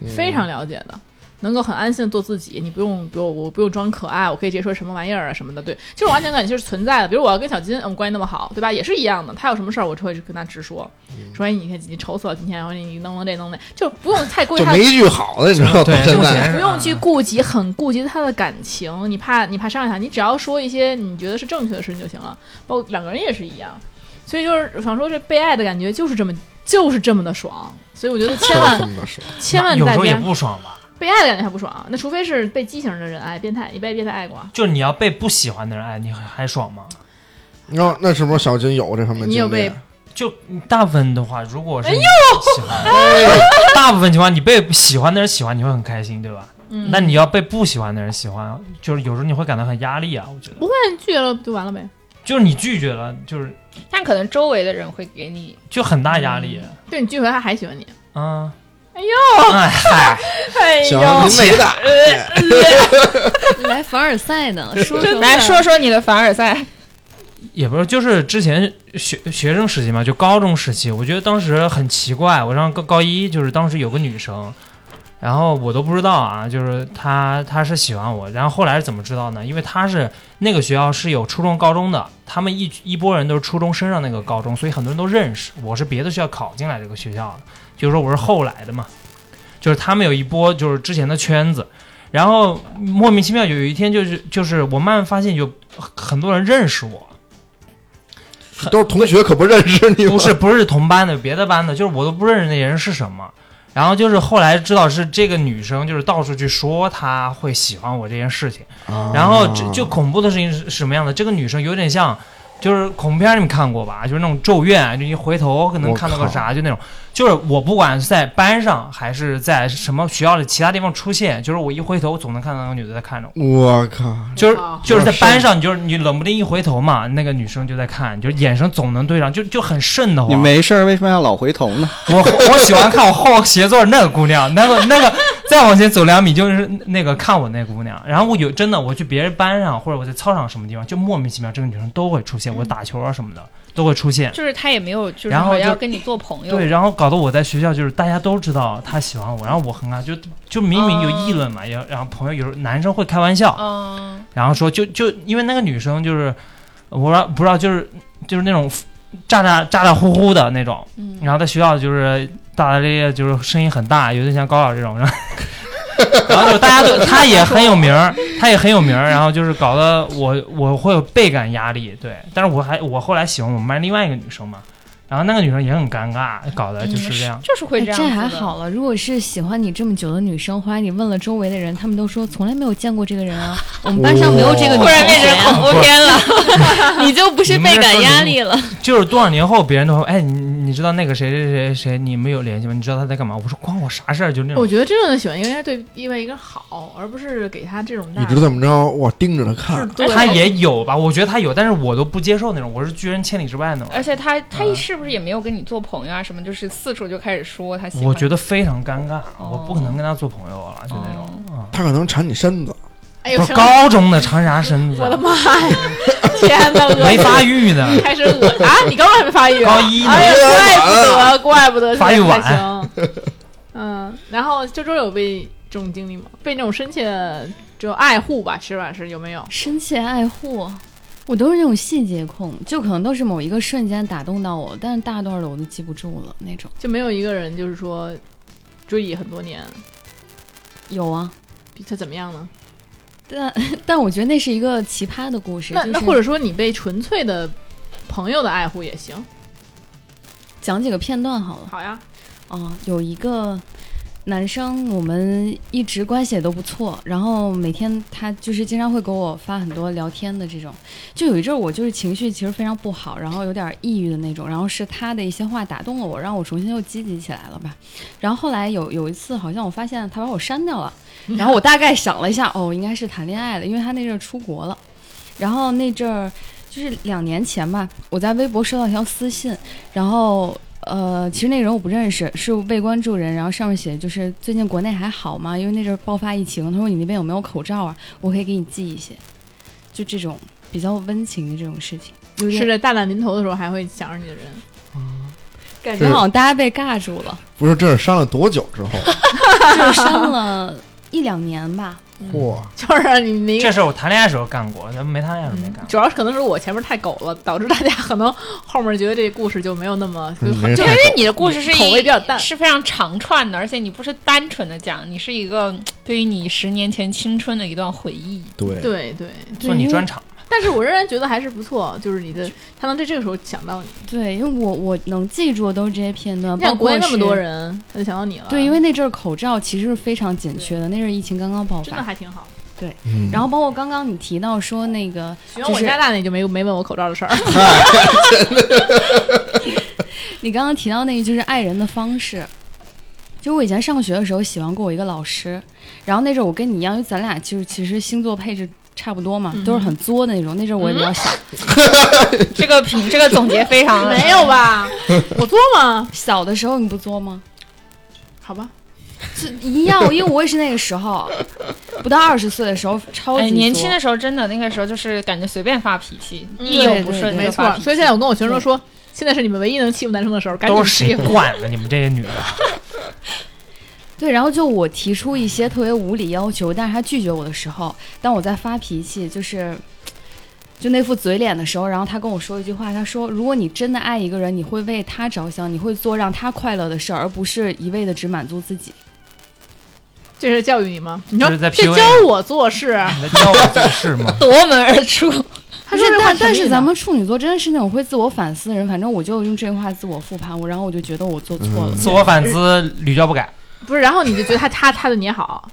[SPEAKER 3] 嗯
[SPEAKER 2] 非常了解的。能够很安心的做自己，你不用，比如我不用装可爱，我可以直接说什么玩意儿啊什么的，对，这种安全感就是存在的。比如我要跟小金，嗯我们关系那么好，对吧？也是一样的，他有什么事儿，我就会去跟他直说，
[SPEAKER 3] 嗯
[SPEAKER 2] 说哎，你看你愁死了，今天，然后你你弄弄这弄那，就不用 太过于
[SPEAKER 3] 就
[SPEAKER 2] 他
[SPEAKER 3] 没一句好的，你知道吗？
[SPEAKER 4] 对
[SPEAKER 3] 现
[SPEAKER 4] 目前
[SPEAKER 3] 在
[SPEAKER 2] 不用去顾及很顾及他的感情，你怕你怕伤害他，你只要说一些你觉得是正确的事情就行了。包括两个人也是一样，所以就是我想说，这被爱的感觉就是这么就是这么的爽。所以我觉得千
[SPEAKER 3] 这
[SPEAKER 2] 万
[SPEAKER 3] 么说，
[SPEAKER 2] 千万
[SPEAKER 4] 有
[SPEAKER 2] 大
[SPEAKER 4] 时候也
[SPEAKER 2] 家
[SPEAKER 4] 不爽吧。
[SPEAKER 2] 被爱的感觉还不爽，那除非是被畸形的人哎爱，变态你被变态爱过啊，
[SPEAKER 4] 就是你要被不喜欢的人哎爱，你还还爽吗？
[SPEAKER 3] 那那是不是小金有这方面
[SPEAKER 2] 你有
[SPEAKER 3] 经历啊
[SPEAKER 2] 被？
[SPEAKER 4] 就大部分的话，如果是你喜欢，大部分情况你被喜欢的人喜欢，你会很开心，对吧？
[SPEAKER 2] 嗯
[SPEAKER 4] 那你要被不喜欢的人喜欢，就是有时候你会感到很压力啊。我觉得
[SPEAKER 2] 不，会你拒绝了就完了呗。
[SPEAKER 4] 就是你拒绝了，就是
[SPEAKER 6] 但可能周围的人会给你，
[SPEAKER 4] 就很大压力。
[SPEAKER 2] 对你拒绝他还喜欢你，
[SPEAKER 4] 嗯，
[SPEAKER 2] 哎
[SPEAKER 4] 呦，哎嗨，
[SPEAKER 2] 哎
[SPEAKER 3] 行，您没的，
[SPEAKER 5] 来凡尔赛呢，说说
[SPEAKER 6] 来说说你的凡尔赛。
[SPEAKER 4] 也不是，就是之前学学生时期嘛，就高中时期，我觉得当时很奇怪。我上高高一，就是当时有个女生，然后我都不知道啊，就是她她是喜欢我，然后后来是怎么知道呢？因为她是那个学校是有初中、高中的，他们一一波人都是初中升上那个高中，所以很多人都认识。我是别的学校考进来这个学校的，就是说我是后来的嘛，就是他们有一波就是之前的圈子。然后莫名其妙有一天就是就是我慢慢发现有很多人认识我，
[SPEAKER 3] 都是同学，可不认识你吗。
[SPEAKER 4] 不是不是同班的，别的班的，就是我都不认识那人是什么。然后就是后来知道是这个女生，就是到处去说她会喜欢我这件事情。
[SPEAKER 3] 啊，
[SPEAKER 4] 然后这就恐怖的事情是什么样的？这个女生有点像，就是恐怖片儿你们看过吧？就是那种《咒怨》，就一回头可能
[SPEAKER 3] 我
[SPEAKER 4] 看到个
[SPEAKER 3] 靠
[SPEAKER 4] 啥，就那种。就是我不管是在班上还是在什么学校里其他地方出现，就是我一回头总能看到那个女的在看着我。
[SPEAKER 3] 我靠，
[SPEAKER 4] 就是
[SPEAKER 2] 啊
[SPEAKER 4] 就是在班上，你就是你冷不丁一回头嘛，那个女生就在看，就是眼神总能对上，就就很瘆得慌。
[SPEAKER 7] 你没事儿为什么要老回头呢？
[SPEAKER 4] 我我喜欢看我后斜座那个姑娘，那个那个再往前走两米就是那个看我那姑娘。然后我有真的我去别人班上或者我在操场什么地方，就莫名其妙这个女生都会出现，我打球啊什么的都会出现。
[SPEAKER 6] 就是他也没有，就是
[SPEAKER 4] 然后
[SPEAKER 6] 好像
[SPEAKER 4] 就
[SPEAKER 6] 要跟你做朋友
[SPEAKER 4] 对，，然后搞得我在学校就是大家都知道她喜欢我，然后我很尴尬，就就明明有议论嘛，也然后朋友有时候男生会开玩笑，
[SPEAKER 6] 嗯，
[SPEAKER 4] 然后说就就因为那个女生就是我不知道不知道就是就是那种咋咋咋咋呼呼的那种，
[SPEAKER 6] 嗯
[SPEAKER 4] 然后在学校就是大大咧咧，就是声音很大，有点像高老这种， 然后然后就大家都他也很有名儿，他也很有名儿，然后就是搞得我我会有倍感压力，对，但是我还我后来喜欢我们班另外一个女生嘛，然后那个女生也很尴尬，搞得就是这样。
[SPEAKER 6] 就是会
[SPEAKER 5] 哎
[SPEAKER 6] 这样子的，
[SPEAKER 5] 还好了。如果是喜欢你这么久的女生，后来你问了周围的人，他们都说从来没有见过这个人 啊，我们班上没有这个女
[SPEAKER 6] 突
[SPEAKER 5] 同
[SPEAKER 6] 然变
[SPEAKER 5] 学
[SPEAKER 6] 成恐
[SPEAKER 5] 啊、
[SPEAKER 6] 怖 片了。
[SPEAKER 5] 你就不是倍感压力了。
[SPEAKER 4] 就是多少年后，别人都会哎，你你知道那个谁谁谁谁，你们有联系吗？你知道他在干嘛？我说关我啥事儿，就那
[SPEAKER 2] 我
[SPEAKER 4] 种。
[SPEAKER 2] 觉得真正的喜欢应该是对另外一个人好，而不是给他这种大
[SPEAKER 3] 一直这么着，我盯着他看，
[SPEAKER 2] 对
[SPEAKER 4] 他也有吧，我觉得他有，但是我都不接受那种，我是拒人千里之外那种。
[SPEAKER 6] 而且他他
[SPEAKER 4] 嗯
[SPEAKER 6] 是不是也没有跟你做朋友啊？什么就是四处就开始说他喜欢你。
[SPEAKER 4] 我觉得非常尴尬，
[SPEAKER 6] 哦
[SPEAKER 4] 我不可能跟他做朋友了，就那种。啊
[SPEAKER 3] 他可能缠你身子，
[SPEAKER 2] 哎呦
[SPEAKER 4] 不，是高中的长啥身子
[SPEAKER 2] 我，的妈呀！ 天哪，恶
[SPEAKER 4] 没
[SPEAKER 2] 心
[SPEAKER 4] 发育呢。
[SPEAKER 2] 开始恶啊！你高中还没发育啊？
[SPEAKER 4] 高一呢
[SPEAKER 2] 哎呀，怪不得，怪不得
[SPEAKER 4] 发育晚
[SPEAKER 2] 现在才行。 嗯，然后周周有被这种经历吗？被那种深切就爱护吧，其实吧是有没有？
[SPEAKER 5] 深切爱护，我都是那种细节控，就可能都是某一个瞬间打动到我，但是大段的我都记不住了那种。
[SPEAKER 2] 就没有一个人就是说追忆很多年，
[SPEAKER 5] 有啊，
[SPEAKER 2] 比他怎么样呢？
[SPEAKER 5] 但 但我觉得那是一个奇葩的故事，
[SPEAKER 2] 那
[SPEAKER 5] 就是
[SPEAKER 2] 那或者说你被纯粹的朋友的爱护也行，
[SPEAKER 5] 讲几个片段好了。
[SPEAKER 2] 好呀。
[SPEAKER 5] 哦，有一个男生，我们一直关系也都不错，然后每天他就是经常会给我发很多聊天的这种，就有一阵儿我就是情绪其实非常不好，然后有点抑郁的那种，然后是他的一些话打动了我，让我重新又积极起来了吧。然后后来有有一次，好像我发现他把我删掉了，然后我大概想了一下，哦，应该是谈恋爱了，因为他那阵儿出国了，然后那阵儿。就是两年前吧，我在微博收到一条私信，然后呃，其实那个人我不认识，是未关注人，然后上面写的就是最近国内还好吗？因为那阵儿爆发疫情，他说你那边有没有口罩啊？我可以给你寄一些，就这种比较温情的这种事情，有
[SPEAKER 2] 是
[SPEAKER 5] 点
[SPEAKER 2] 在大难临头的时候还会想着你的人，
[SPEAKER 5] 感觉好像大家被尬住了，
[SPEAKER 3] 不是这是删了多久之后？
[SPEAKER 5] 就是删了一两年吧。
[SPEAKER 2] 嗯
[SPEAKER 3] 哇，
[SPEAKER 2] 就是你那个嗯
[SPEAKER 4] 这事儿我谈恋爱时候干过，咱们没谈恋爱时候没干。
[SPEAKER 2] 主要是可能是我前面太狗了，导致大家可能后面觉得这故事就没有那么
[SPEAKER 3] 嗯
[SPEAKER 2] 就
[SPEAKER 3] 没
[SPEAKER 2] 很
[SPEAKER 3] 事
[SPEAKER 2] 就
[SPEAKER 6] 因为你的故事是一
[SPEAKER 2] 口味比较淡
[SPEAKER 6] 是非常长串的，而且你不是单纯的讲，你是一个嗯对于你十年前青春的一段回忆。
[SPEAKER 3] 对，
[SPEAKER 2] 对对，
[SPEAKER 4] 做你专场，
[SPEAKER 2] 但是我仍然觉得还是不错，就是你的他能在这个时候想到你，
[SPEAKER 5] 对，因为我我能记住的都是这些片段，
[SPEAKER 2] 你
[SPEAKER 5] 包
[SPEAKER 2] 想国
[SPEAKER 5] 括
[SPEAKER 2] 内那么
[SPEAKER 5] 是
[SPEAKER 2] 多。人，啊他就想到你了，
[SPEAKER 5] 对，因为那阵儿口罩其实是非常紧缺的，那阵儿疫情刚刚爆
[SPEAKER 2] 真的
[SPEAKER 5] 发。
[SPEAKER 2] 还挺好。
[SPEAKER 3] 嗯
[SPEAKER 5] 然后包括刚刚你提到说那个
[SPEAKER 2] 喜欢我
[SPEAKER 5] 就是
[SPEAKER 2] 加拿大那就没没问我口罩的 事儿，
[SPEAKER 5] 你刚刚提到那个就是爱人的方式，就我以前上学的时候喜欢过我一个老师，然后那阵儿我跟你一样，因为咱俩就是其实星座配置差不多嘛，
[SPEAKER 6] 嗯
[SPEAKER 5] 都是很作的那种。那阵儿我也比较小、
[SPEAKER 6] 这个 评这个总结非
[SPEAKER 5] 啊
[SPEAKER 6] 常哎
[SPEAKER 2] 没有吧？我做吗？
[SPEAKER 5] 小的时候，你不作吗？
[SPEAKER 2] 好吧，
[SPEAKER 5] 这一样，因为我也是那个时候，不到二十岁的时候，超级
[SPEAKER 6] 哎，
[SPEAKER 5] 作
[SPEAKER 6] 年轻的时候真的那个时候就是感觉随便发脾气，
[SPEAKER 2] 嗯
[SPEAKER 6] 一有不顺
[SPEAKER 2] 没
[SPEAKER 6] 就
[SPEAKER 2] 错
[SPEAKER 6] 发。脾气。
[SPEAKER 2] 所以现在我跟我学生说，现在是你们唯一能欺负男生的时候，赶紧
[SPEAKER 4] 都是谁
[SPEAKER 2] 欺负。
[SPEAKER 4] 惯的？你们这些女的，
[SPEAKER 5] 对，然后就我提出一些特别无理要求，但是他拒绝我的时候，当我在发脾气，就是就那副嘴脸的时候，然后他跟我说一句话，他说：“如果你真的爱一个人，你会为他着想，你会做让他快乐的事儿，而不是一味的只满足自己。
[SPEAKER 2] 这是教育你吗？你
[SPEAKER 4] 这
[SPEAKER 2] 说
[SPEAKER 4] 是在
[SPEAKER 2] 这
[SPEAKER 4] PUA
[SPEAKER 2] 教我做事，
[SPEAKER 4] 你们教我做事吗？
[SPEAKER 6] 夺门而出，
[SPEAKER 2] 他
[SPEAKER 5] 不
[SPEAKER 2] 说
[SPEAKER 5] 是
[SPEAKER 2] 这，话
[SPEAKER 5] 但但
[SPEAKER 2] 什么意
[SPEAKER 5] 是
[SPEAKER 2] 思
[SPEAKER 5] 咱们处女座真的是那种会自我反思的人，反正我就用这句话自我复盘，我然后我就觉得我做错了。
[SPEAKER 4] 自我反思，屡教不改。不
[SPEAKER 2] 不是，然后你就觉得他他他对你好，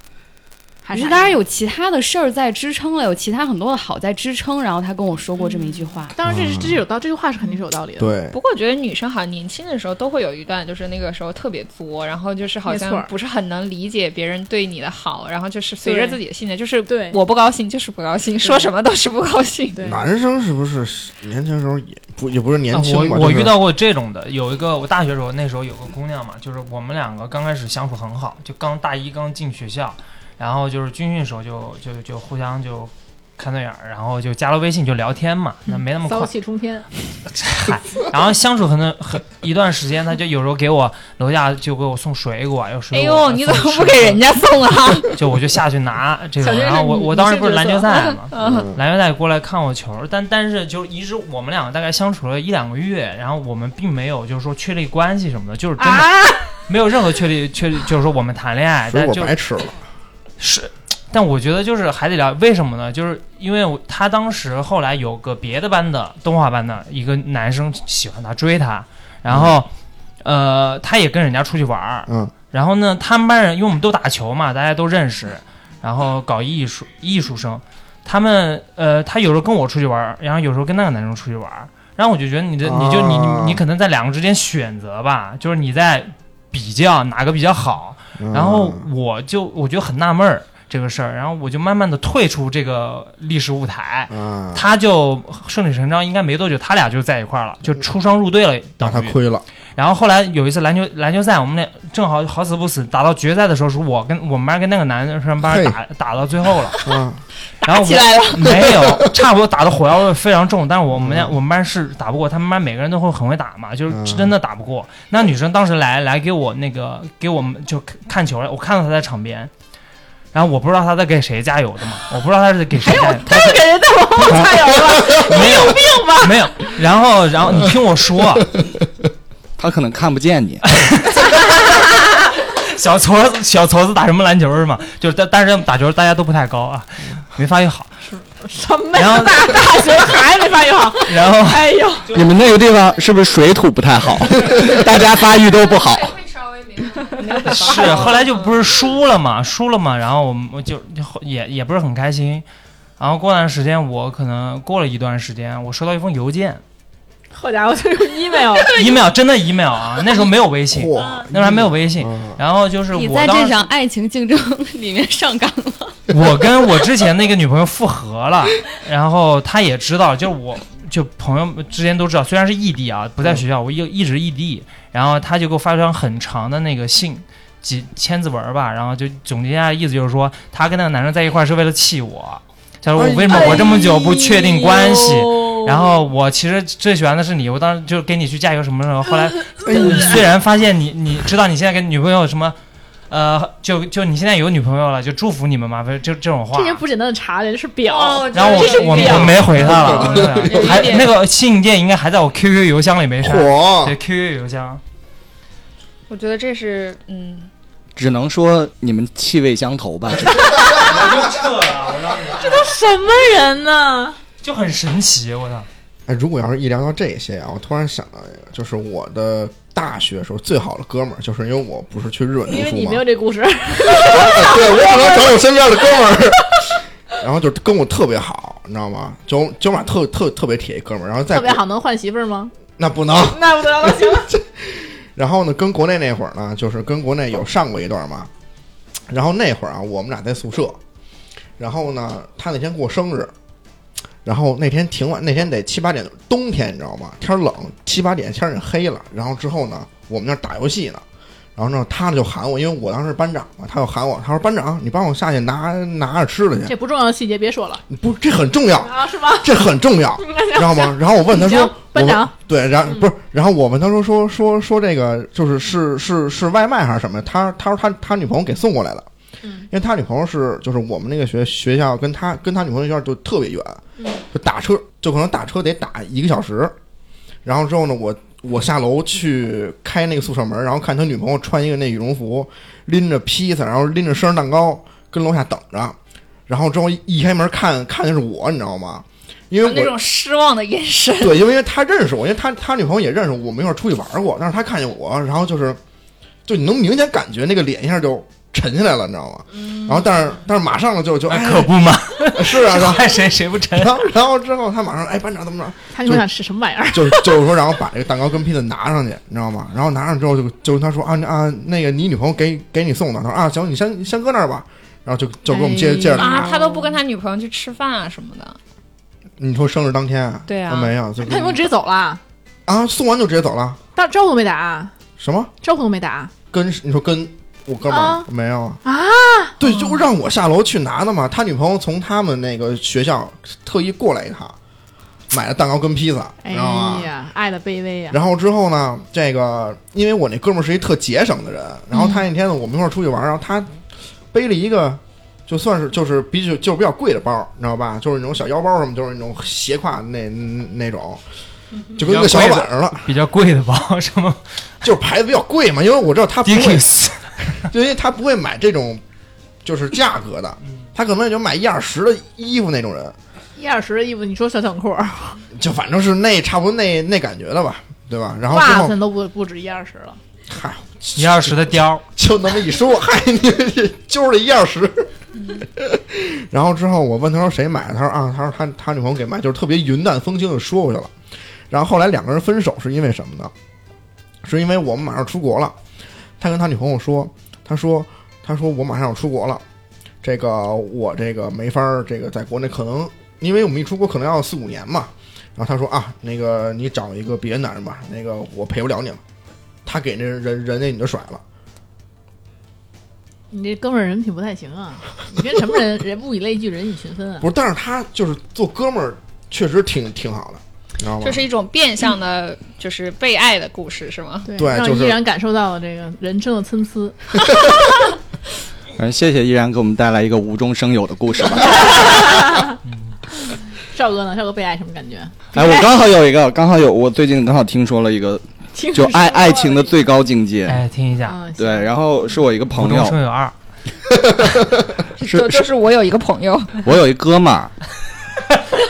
[SPEAKER 2] 还
[SPEAKER 5] 可
[SPEAKER 2] 是
[SPEAKER 5] 是当然有其他的事儿在支撑了，有其他很多的好在支撑，然后他跟我说过这么一句话。
[SPEAKER 2] 当然这是这是有道，这句话是肯定是有道理的。
[SPEAKER 3] 对，
[SPEAKER 6] 不过我觉得女生好像年轻的时候都会有一段，就是那个时候特别作，然后就是好
[SPEAKER 2] 没
[SPEAKER 6] 像
[SPEAKER 2] 错
[SPEAKER 6] 不是很能理解别人对你的好，然后就是随着
[SPEAKER 2] 对
[SPEAKER 6] 自己的性格，就是
[SPEAKER 2] 对
[SPEAKER 6] 我不高兴就是不高兴，说什么都是不高兴。
[SPEAKER 2] 对，
[SPEAKER 3] 男生是不是年轻时候也不也不是年
[SPEAKER 4] 啊
[SPEAKER 3] 轻
[SPEAKER 4] 我
[SPEAKER 3] 吧？
[SPEAKER 4] 我
[SPEAKER 3] 就是
[SPEAKER 4] 遇到过这种的，有一个我大学时候那时候有个姑娘嘛，就是我们两个刚开始相处很好，就刚大一刚进学校，然后就是军训时候就就就互相就看对眼儿，然后就加了微信就聊天嘛，
[SPEAKER 6] 嗯
[SPEAKER 4] 那没那么快
[SPEAKER 2] 骚，气冲天，
[SPEAKER 4] 嗨，然后相处很多很一段时间，他就有时候给我楼下就给我送水果，啊有水
[SPEAKER 6] 哎
[SPEAKER 4] 果。
[SPEAKER 6] 呦，你怎么
[SPEAKER 4] 送吃
[SPEAKER 6] 不
[SPEAKER 4] 的
[SPEAKER 6] 给人？家送啊？
[SPEAKER 4] 就我就下去拿这
[SPEAKER 2] 小
[SPEAKER 4] 种，
[SPEAKER 2] 军
[SPEAKER 4] 然后
[SPEAKER 2] 是
[SPEAKER 4] 我
[SPEAKER 2] 女
[SPEAKER 4] 我当时
[SPEAKER 2] 女性
[SPEAKER 4] 不是
[SPEAKER 2] 角
[SPEAKER 4] 篮球
[SPEAKER 2] 色
[SPEAKER 4] 赛嘛，
[SPEAKER 3] 嗯
[SPEAKER 4] 蓝月带过来看我球儿，但但是就是一直我们两个大概相处了一两个月，然后我们并没有就是说确立关系什么的，就是真的
[SPEAKER 2] 啊，
[SPEAKER 4] 没有任何确立确立，就是说我们谈恋爱，
[SPEAKER 3] 水
[SPEAKER 4] 但
[SPEAKER 3] 果
[SPEAKER 4] 就
[SPEAKER 3] 白吃了，
[SPEAKER 4] 是，但我觉得就是还得聊，为什么呢？就是因为我他当时后来有个别的班的动画班的一个男生喜欢他，追他，然后、呃他也跟人家出去玩儿，
[SPEAKER 3] 嗯，
[SPEAKER 4] 然后呢，他们班人因为我们都打球嘛，大家都认
[SPEAKER 3] 嗯
[SPEAKER 4] 识，然后搞艺术艺术生，他们呃，他有时候跟我出去玩儿，然后有时候跟那个男生出去玩儿，然后我就觉得你这你就你你
[SPEAKER 3] 啊
[SPEAKER 4] 你可能在两个之间选择吧，就是你在比较哪个比较好，
[SPEAKER 3] 嗯
[SPEAKER 4] 然后我就我就很纳闷儿这个事儿，然后我就慢慢的退出这个历史舞台。
[SPEAKER 3] 啊，
[SPEAKER 4] 他就顺理成章，应该没多久，他俩就在一块儿了，就出双入对了，
[SPEAKER 3] 嗯那
[SPEAKER 4] 等
[SPEAKER 3] 他
[SPEAKER 4] 于。
[SPEAKER 3] 亏了，
[SPEAKER 4] 然后后来有一次篮球篮球赛，我们俩正好好死不死打到决赛的时候，是我跟我们班跟那个男生班
[SPEAKER 3] 嘿
[SPEAKER 4] 打打到最后了，
[SPEAKER 3] 啊，
[SPEAKER 4] 然后
[SPEAKER 6] 起
[SPEAKER 4] 我
[SPEAKER 6] 来了，
[SPEAKER 4] 没有差不多打的火药味非常重，但是我们家我们班是打不过，他们班每个人都会很会打嘛，就是
[SPEAKER 3] 嗯
[SPEAKER 4] 真的打不过。那女生当时来来给我那个给我们就看看球了，我看到她在场边。然后我不知道她在给谁加油的嘛，我不知道她是给谁加油，她
[SPEAKER 2] 这个人在我后加油了，
[SPEAKER 4] 没有病吧？没有。然后，然后你听我说，
[SPEAKER 7] 他可能看不见你，
[SPEAKER 4] 小矬子小矬子打什么篮球是吗？就是但但是打球大家都不太高啊，
[SPEAKER 5] 嗯
[SPEAKER 4] 没发育 好。
[SPEAKER 2] 什么
[SPEAKER 4] 然
[SPEAKER 2] 呀
[SPEAKER 4] 后
[SPEAKER 2] 大大学还没发育好，
[SPEAKER 4] 然后
[SPEAKER 2] 哎呦，
[SPEAKER 7] 你们那个地方是不是水土不太好？ 大家发育都不好。
[SPEAKER 6] 会稍微 没
[SPEAKER 4] 是后来就不是输了嘛，输了嘛，然后我们我就就也也不是很开心。然后过段时间，我可能过了一段时间，我收到一封邮件
[SPEAKER 2] 好家伙，这是 email，
[SPEAKER 5] 哎
[SPEAKER 4] ，email 真的 email 啊，那时候没有微 信，
[SPEAKER 3] 嚯，
[SPEAKER 4] 那时候还没有微信。
[SPEAKER 3] 啊
[SPEAKER 4] 然后就是
[SPEAKER 5] 你
[SPEAKER 4] 我
[SPEAKER 5] 在
[SPEAKER 4] 当
[SPEAKER 5] 这
[SPEAKER 4] 时，
[SPEAKER 5] 场爱情竞争里面上岗了。
[SPEAKER 4] 我跟我之前那个女朋友复合了，然后她也知道，就是我就朋友们之间都知道，虽然是异地啊，不在学校，我一一直异地，然后他就给我发一张很长的那个信，几千字文儿吧，然后就总结下来意思就是说，他跟那个男生在一块儿是为了气我，他说我为什么我这么久不确
[SPEAKER 2] 哎
[SPEAKER 4] 定关系。然后我其实最喜欢的是你，我当时就给你去加油什么什么。后来
[SPEAKER 2] 哎
[SPEAKER 4] 虽然发现你，你知道你现在跟女朋友什么，呃，就就你现在有女朋友了，就祝福你们嘛，不是就这种话。
[SPEAKER 2] 这人不简单的查人是表，
[SPEAKER 4] 然后我
[SPEAKER 2] 这是
[SPEAKER 4] 我
[SPEAKER 2] 表
[SPEAKER 4] 我没回他 了，
[SPEAKER 7] 啊
[SPEAKER 6] 有一
[SPEAKER 4] 还
[SPEAKER 6] 点
[SPEAKER 4] 那个信件应该还在我 QQ 邮箱里没删，对
[SPEAKER 3] 嚯，
[SPEAKER 4] QQ 邮箱。
[SPEAKER 6] 我觉得这是嗯，
[SPEAKER 7] 只能说你们气味相投吧。
[SPEAKER 2] 什么人呢？
[SPEAKER 4] 就很神奇，我操！
[SPEAKER 3] 哎，如果要是一聊到这些啊，我突然想到一个，就是我的大学时候最好的哥们儿，就是因为我不是去日本读
[SPEAKER 2] 因为
[SPEAKER 3] 书
[SPEAKER 2] 你
[SPEAKER 3] 嘛
[SPEAKER 2] 没有，这故事，
[SPEAKER 3] 啊对我可能找我身边的哥们 儿。然后就跟我特别好，你知道吗？就就我俩特特特别铁一哥们儿，然后在
[SPEAKER 2] 特别好，能换媳妇儿吗？
[SPEAKER 3] 那不能，
[SPEAKER 2] 那不得了，行，
[SPEAKER 3] 然后呢，跟国内那会儿呢，就是跟国内有上过一段嘛。然后那会儿啊，我们俩在宿舍，然后呢，他那天过生日，然后那天挺晚，那天得七八点，冬天你知道吗？天儿冷，七八点天儿也黑了。然后之后呢，我们那儿打游戏呢，然后呢，他就喊我，因为我当时是班长嘛，他就喊我，他说班长，你帮我下去拿拿点吃的去。
[SPEAKER 2] 这不重要的细节别说了
[SPEAKER 3] 不，这很重要，
[SPEAKER 2] 啊，是吗？
[SPEAKER 3] 这很 重要，知道吗？然后我问他说
[SPEAKER 2] 行，班长
[SPEAKER 3] 我问对，然
[SPEAKER 2] 嗯
[SPEAKER 3] 不是，然后我问他说说说说这个就是是是是外卖还是什么？他他说他他女朋友给送过来了，
[SPEAKER 2] 嗯
[SPEAKER 3] 因为他女朋友是就是我们那个学学校跟他跟他女朋友学校就特别远，
[SPEAKER 2] 嗯
[SPEAKER 3] 就打车就可能打车得打一个小时，然后之后呢，我我下楼去开那个宿舍门，然后看他女朋友穿一个那羽绒服，拎着披萨，然后拎着生日蛋糕跟楼下等着，然后之后一一开门看看见是我，你知道吗？因为
[SPEAKER 6] 啊那
[SPEAKER 3] 我
[SPEAKER 6] 种失望的眼神。
[SPEAKER 3] 对，因为因为他认识我，因为他他女朋友也认识我，我们一块儿出去玩过，但是他看见我，然后就是，就你能明显感觉那个脸一下就沉下来了，你知道吗？
[SPEAKER 6] 嗯
[SPEAKER 3] 然后但是但是马上就就哎
[SPEAKER 4] 那可不嘛，
[SPEAKER 3] 是啊，然后
[SPEAKER 4] 爱谁谁不成？
[SPEAKER 3] 然后然后之后他马上哎班长怎么着，
[SPEAKER 2] 他说想吃什么玩意儿？
[SPEAKER 3] 就就是说然后把这个蛋糕跟披萨拿上去，你知道吗？然后拿上之后就就跟他说啊那啊那个你女朋友给给你送的，他说啊行你先你先搁那儿吧，然后就就给我们接着接着
[SPEAKER 2] 哎
[SPEAKER 3] 拿
[SPEAKER 2] 呀
[SPEAKER 6] 啊，，他都不跟他女朋友去吃饭啊什么的。
[SPEAKER 3] 你说生日当天啊
[SPEAKER 6] 对啊
[SPEAKER 3] 没有就
[SPEAKER 2] 他有没有直接走了？
[SPEAKER 3] 啊送完就直接走了，
[SPEAKER 2] 但招呼都没打，啊
[SPEAKER 3] 什么？
[SPEAKER 2] 招呼都没打，
[SPEAKER 3] 跟你说跟我哥们儿、
[SPEAKER 2] 啊
[SPEAKER 3] 没有啊？对，就让我下楼去拿的嘛。他女朋友从他们那个学校特意过来一趟，买了蛋糕跟披萨，
[SPEAKER 2] 哎
[SPEAKER 3] 知道吗？
[SPEAKER 2] 呀，爱的卑微呀！
[SPEAKER 3] 然后之后呢，这个因为我那哥们儿是一特节省的人，然后他那天呢，我们一块儿出去玩儿，然后他背了一个。就算是就是比较就是比较贵的包，你知道吧？就是那种小腰包什么，就是那种斜挎那那种，就跟个小碗似的，
[SPEAKER 4] 比较贵的包， 什么
[SPEAKER 3] 就是牌子比较贵嘛。因为我知道他不会
[SPEAKER 4] Dickies，
[SPEAKER 3] 就因为他不会买这种就是价格的，他可能也就买一二十的衣服那种人，
[SPEAKER 2] 一二十的衣服，你说小短裤，
[SPEAKER 3] 就反正是那差不多那那感觉的吧，对吧？然后之
[SPEAKER 2] 袜
[SPEAKER 3] 后
[SPEAKER 2] 子都不不止一二十了。
[SPEAKER 3] 嗨，
[SPEAKER 4] 一二十的貂，
[SPEAKER 3] 就那么一说， 嗨，你这揪着一二十。 然后之后我问他说谁买的，他说啊，他说他他女朋友给买，就是特别云淡风轻就说过去了。然后后来两个人分手是因为什么呢？是因为我们马上出国了，他跟他女朋友说，他说他说我马上要出国了，这个我这个没法儿这个在国内可能，因为我们一出国可能要四五年嘛。然后他说啊，那个你找一个别的男人吧，那个我陪不了你了。他给那人人家你就甩了。
[SPEAKER 2] 你这哥们儿人品不太行啊！你跟什么人人物以类聚，人以群分啊！
[SPEAKER 3] 不是，但是他就是做哥们儿，确实挺挺好的，你知道吗？
[SPEAKER 6] 这是一种变相的，就是被爱的故事，是吗？
[SPEAKER 2] 对
[SPEAKER 3] 对
[SPEAKER 2] 让
[SPEAKER 3] 就
[SPEAKER 2] 你
[SPEAKER 3] 是
[SPEAKER 2] 依然感受到了这个人生的参差。
[SPEAKER 7] 反正谢谢依然给我们带来一个无中生有的故事吧。
[SPEAKER 2] 赵哥呢？赵哥被爱什么感觉？
[SPEAKER 7] 哎，我刚好有一个，刚好有，我最近刚好听说了一个，
[SPEAKER 2] 听
[SPEAKER 7] 就
[SPEAKER 2] 说
[SPEAKER 7] 爱爱情的最高境界。
[SPEAKER 4] 哎，听一下，
[SPEAKER 2] 啊，
[SPEAKER 7] 对，
[SPEAKER 2] 行，
[SPEAKER 7] 然后是我一个
[SPEAKER 4] 无
[SPEAKER 7] 朋
[SPEAKER 4] 中
[SPEAKER 7] 友，
[SPEAKER 4] 生有二，
[SPEAKER 7] 是
[SPEAKER 6] 就就是我有一个朋友，
[SPEAKER 7] 我有一哥们 儿，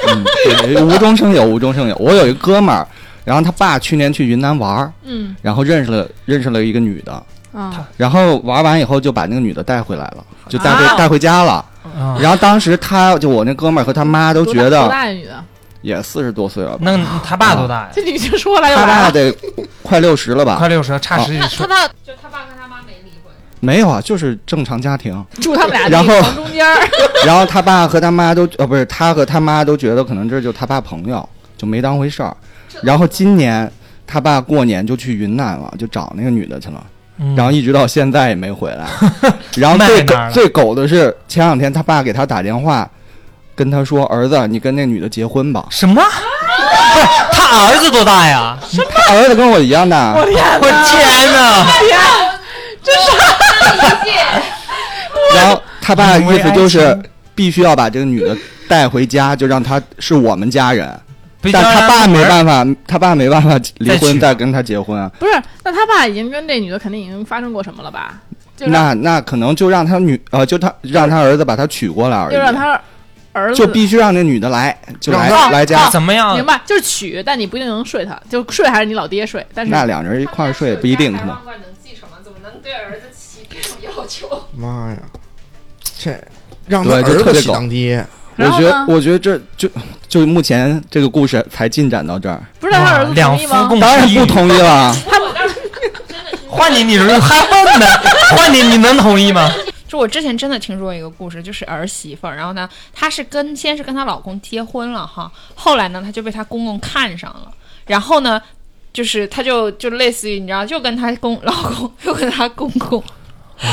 [SPEAKER 7] 嗯，对，无中生有，无中生有。我有一哥们儿，然后他爸去年去云南玩儿，
[SPEAKER 2] 嗯
[SPEAKER 7] 然后认识了认识了一个女的，
[SPEAKER 2] 啊，
[SPEAKER 7] 然后玩完以后就把那个女的带回来了，就带回、
[SPEAKER 2] 啊
[SPEAKER 7] 带回家了。
[SPEAKER 4] 啊，
[SPEAKER 7] 然后当时他就我那哥们儿和他妈都
[SPEAKER 2] 多
[SPEAKER 7] 觉
[SPEAKER 2] 大多
[SPEAKER 7] 得
[SPEAKER 2] 大的女的？
[SPEAKER 7] 也四十多岁了吧，
[SPEAKER 4] 那他爸多大呀？
[SPEAKER 2] 这女就说来就
[SPEAKER 7] 他
[SPEAKER 2] 来
[SPEAKER 7] 爸
[SPEAKER 2] 了，
[SPEAKER 7] 得快六十了吧？
[SPEAKER 4] 快六十，差十几
[SPEAKER 7] 啊
[SPEAKER 4] 岁
[SPEAKER 6] 他。爸就他爸跟他妈没离婚，
[SPEAKER 7] 没有啊，就是正常家庭。
[SPEAKER 2] 住他们俩
[SPEAKER 7] 然后
[SPEAKER 2] 那个房中间儿。
[SPEAKER 7] 然后他爸和他妈都呃不是他和他妈都觉得可能这就是他爸朋友，就没当回事儿。然后今年他爸过年就去云南了，就找那个女的去了，
[SPEAKER 4] 嗯
[SPEAKER 7] 然后一直到现在也没回 来。然后
[SPEAKER 4] 卖
[SPEAKER 7] 最
[SPEAKER 4] 哪儿
[SPEAKER 7] 狗
[SPEAKER 4] 了
[SPEAKER 7] 最狗的是前两天他爸给他打电话，跟他说儿子，你跟那女的结婚吧。
[SPEAKER 4] 什么？ 他儿子多 大呀？
[SPEAKER 7] 他儿子跟我一样大，
[SPEAKER 4] 我天哪！
[SPEAKER 7] 然后他爸
[SPEAKER 4] 你为
[SPEAKER 7] 意思就
[SPEAKER 4] 爱
[SPEAKER 7] 是
[SPEAKER 4] 情
[SPEAKER 7] 必须要把这个女的带回家，就让她是我们家人。
[SPEAKER 4] 必须
[SPEAKER 7] 但
[SPEAKER 4] 要
[SPEAKER 7] 他
[SPEAKER 4] 让
[SPEAKER 7] 爸
[SPEAKER 4] 出
[SPEAKER 7] 没
[SPEAKER 4] 门
[SPEAKER 7] 办法，他爸没办法离
[SPEAKER 4] 再娶
[SPEAKER 7] 婚，再跟他结婚啊。
[SPEAKER 2] 不是，那他爸已经跟这女的肯定已经发生过什么了吧？就让
[SPEAKER 7] 那那可能就让他女呃，就他让他儿子把他娶过来而
[SPEAKER 2] 就让
[SPEAKER 7] 已，
[SPEAKER 2] 他儿
[SPEAKER 7] 就
[SPEAKER 2] 子
[SPEAKER 7] 必须让那女的来，就来
[SPEAKER 3] 让
[SPEAKER 2] 他
[SPEAKER 7] 来家，
[SPEAKER 4] 啊怎么样
[SPEAKER 2] 明？白，就是娶，但你不一定能睡他，就睡还是你老爹睡，但是
[SPEAKER 7] 那两人一块儿睡也不一定可能。
[SPEAKER 6] 能继承吗？怎么能对儿子起这种要求？
[SPEAKER 3] 妈呀，这让
[SPEAKER 7] 对
[SPEAKER 3] 他
[SPEAKER 7] 就
[SPEAKER 3] 儿
[SPEAKER 7] 特
[SPEAKER 3] 子
[SPEAKER 7] 别
[SPEAKER 3] 喜
[SPEAKER 7] 狗
[SPEAKER 3] 当爹，
[SPEAKER 7] 我
[SPEAKER 2] 然后
[SPEAKER 7] 觉
[SPEAKER 2] 呢
[SPEAKER 7] 得，我觉得这就就目前这个故事才进展到这儿，
[SPEAKER 2] 不是让他儿
[SPEAKER 4] 哇
[SPEAKER 2] 子
[SPEAKER 4] 两
[SPEAKER 2] 同意
[SPEAKER 4] 夫
[SPEAKER 2] 吗？
[SPEAKER 4] 共
[SPEAKER 7] 当然不同意了。啊
[SPEAKER 4] 换你，你是还问呢？换你，你能同意吗？
[SPEAKER 6] 就我之前真的听说过一个故事，就是儿媳妇儿，然后呢，她是跟先是跟她老公结婚了哈，后来呢，她就被她公公看上了，然后呢，就是他就就类似于你知道，就跟他公老公， 又跟他公公，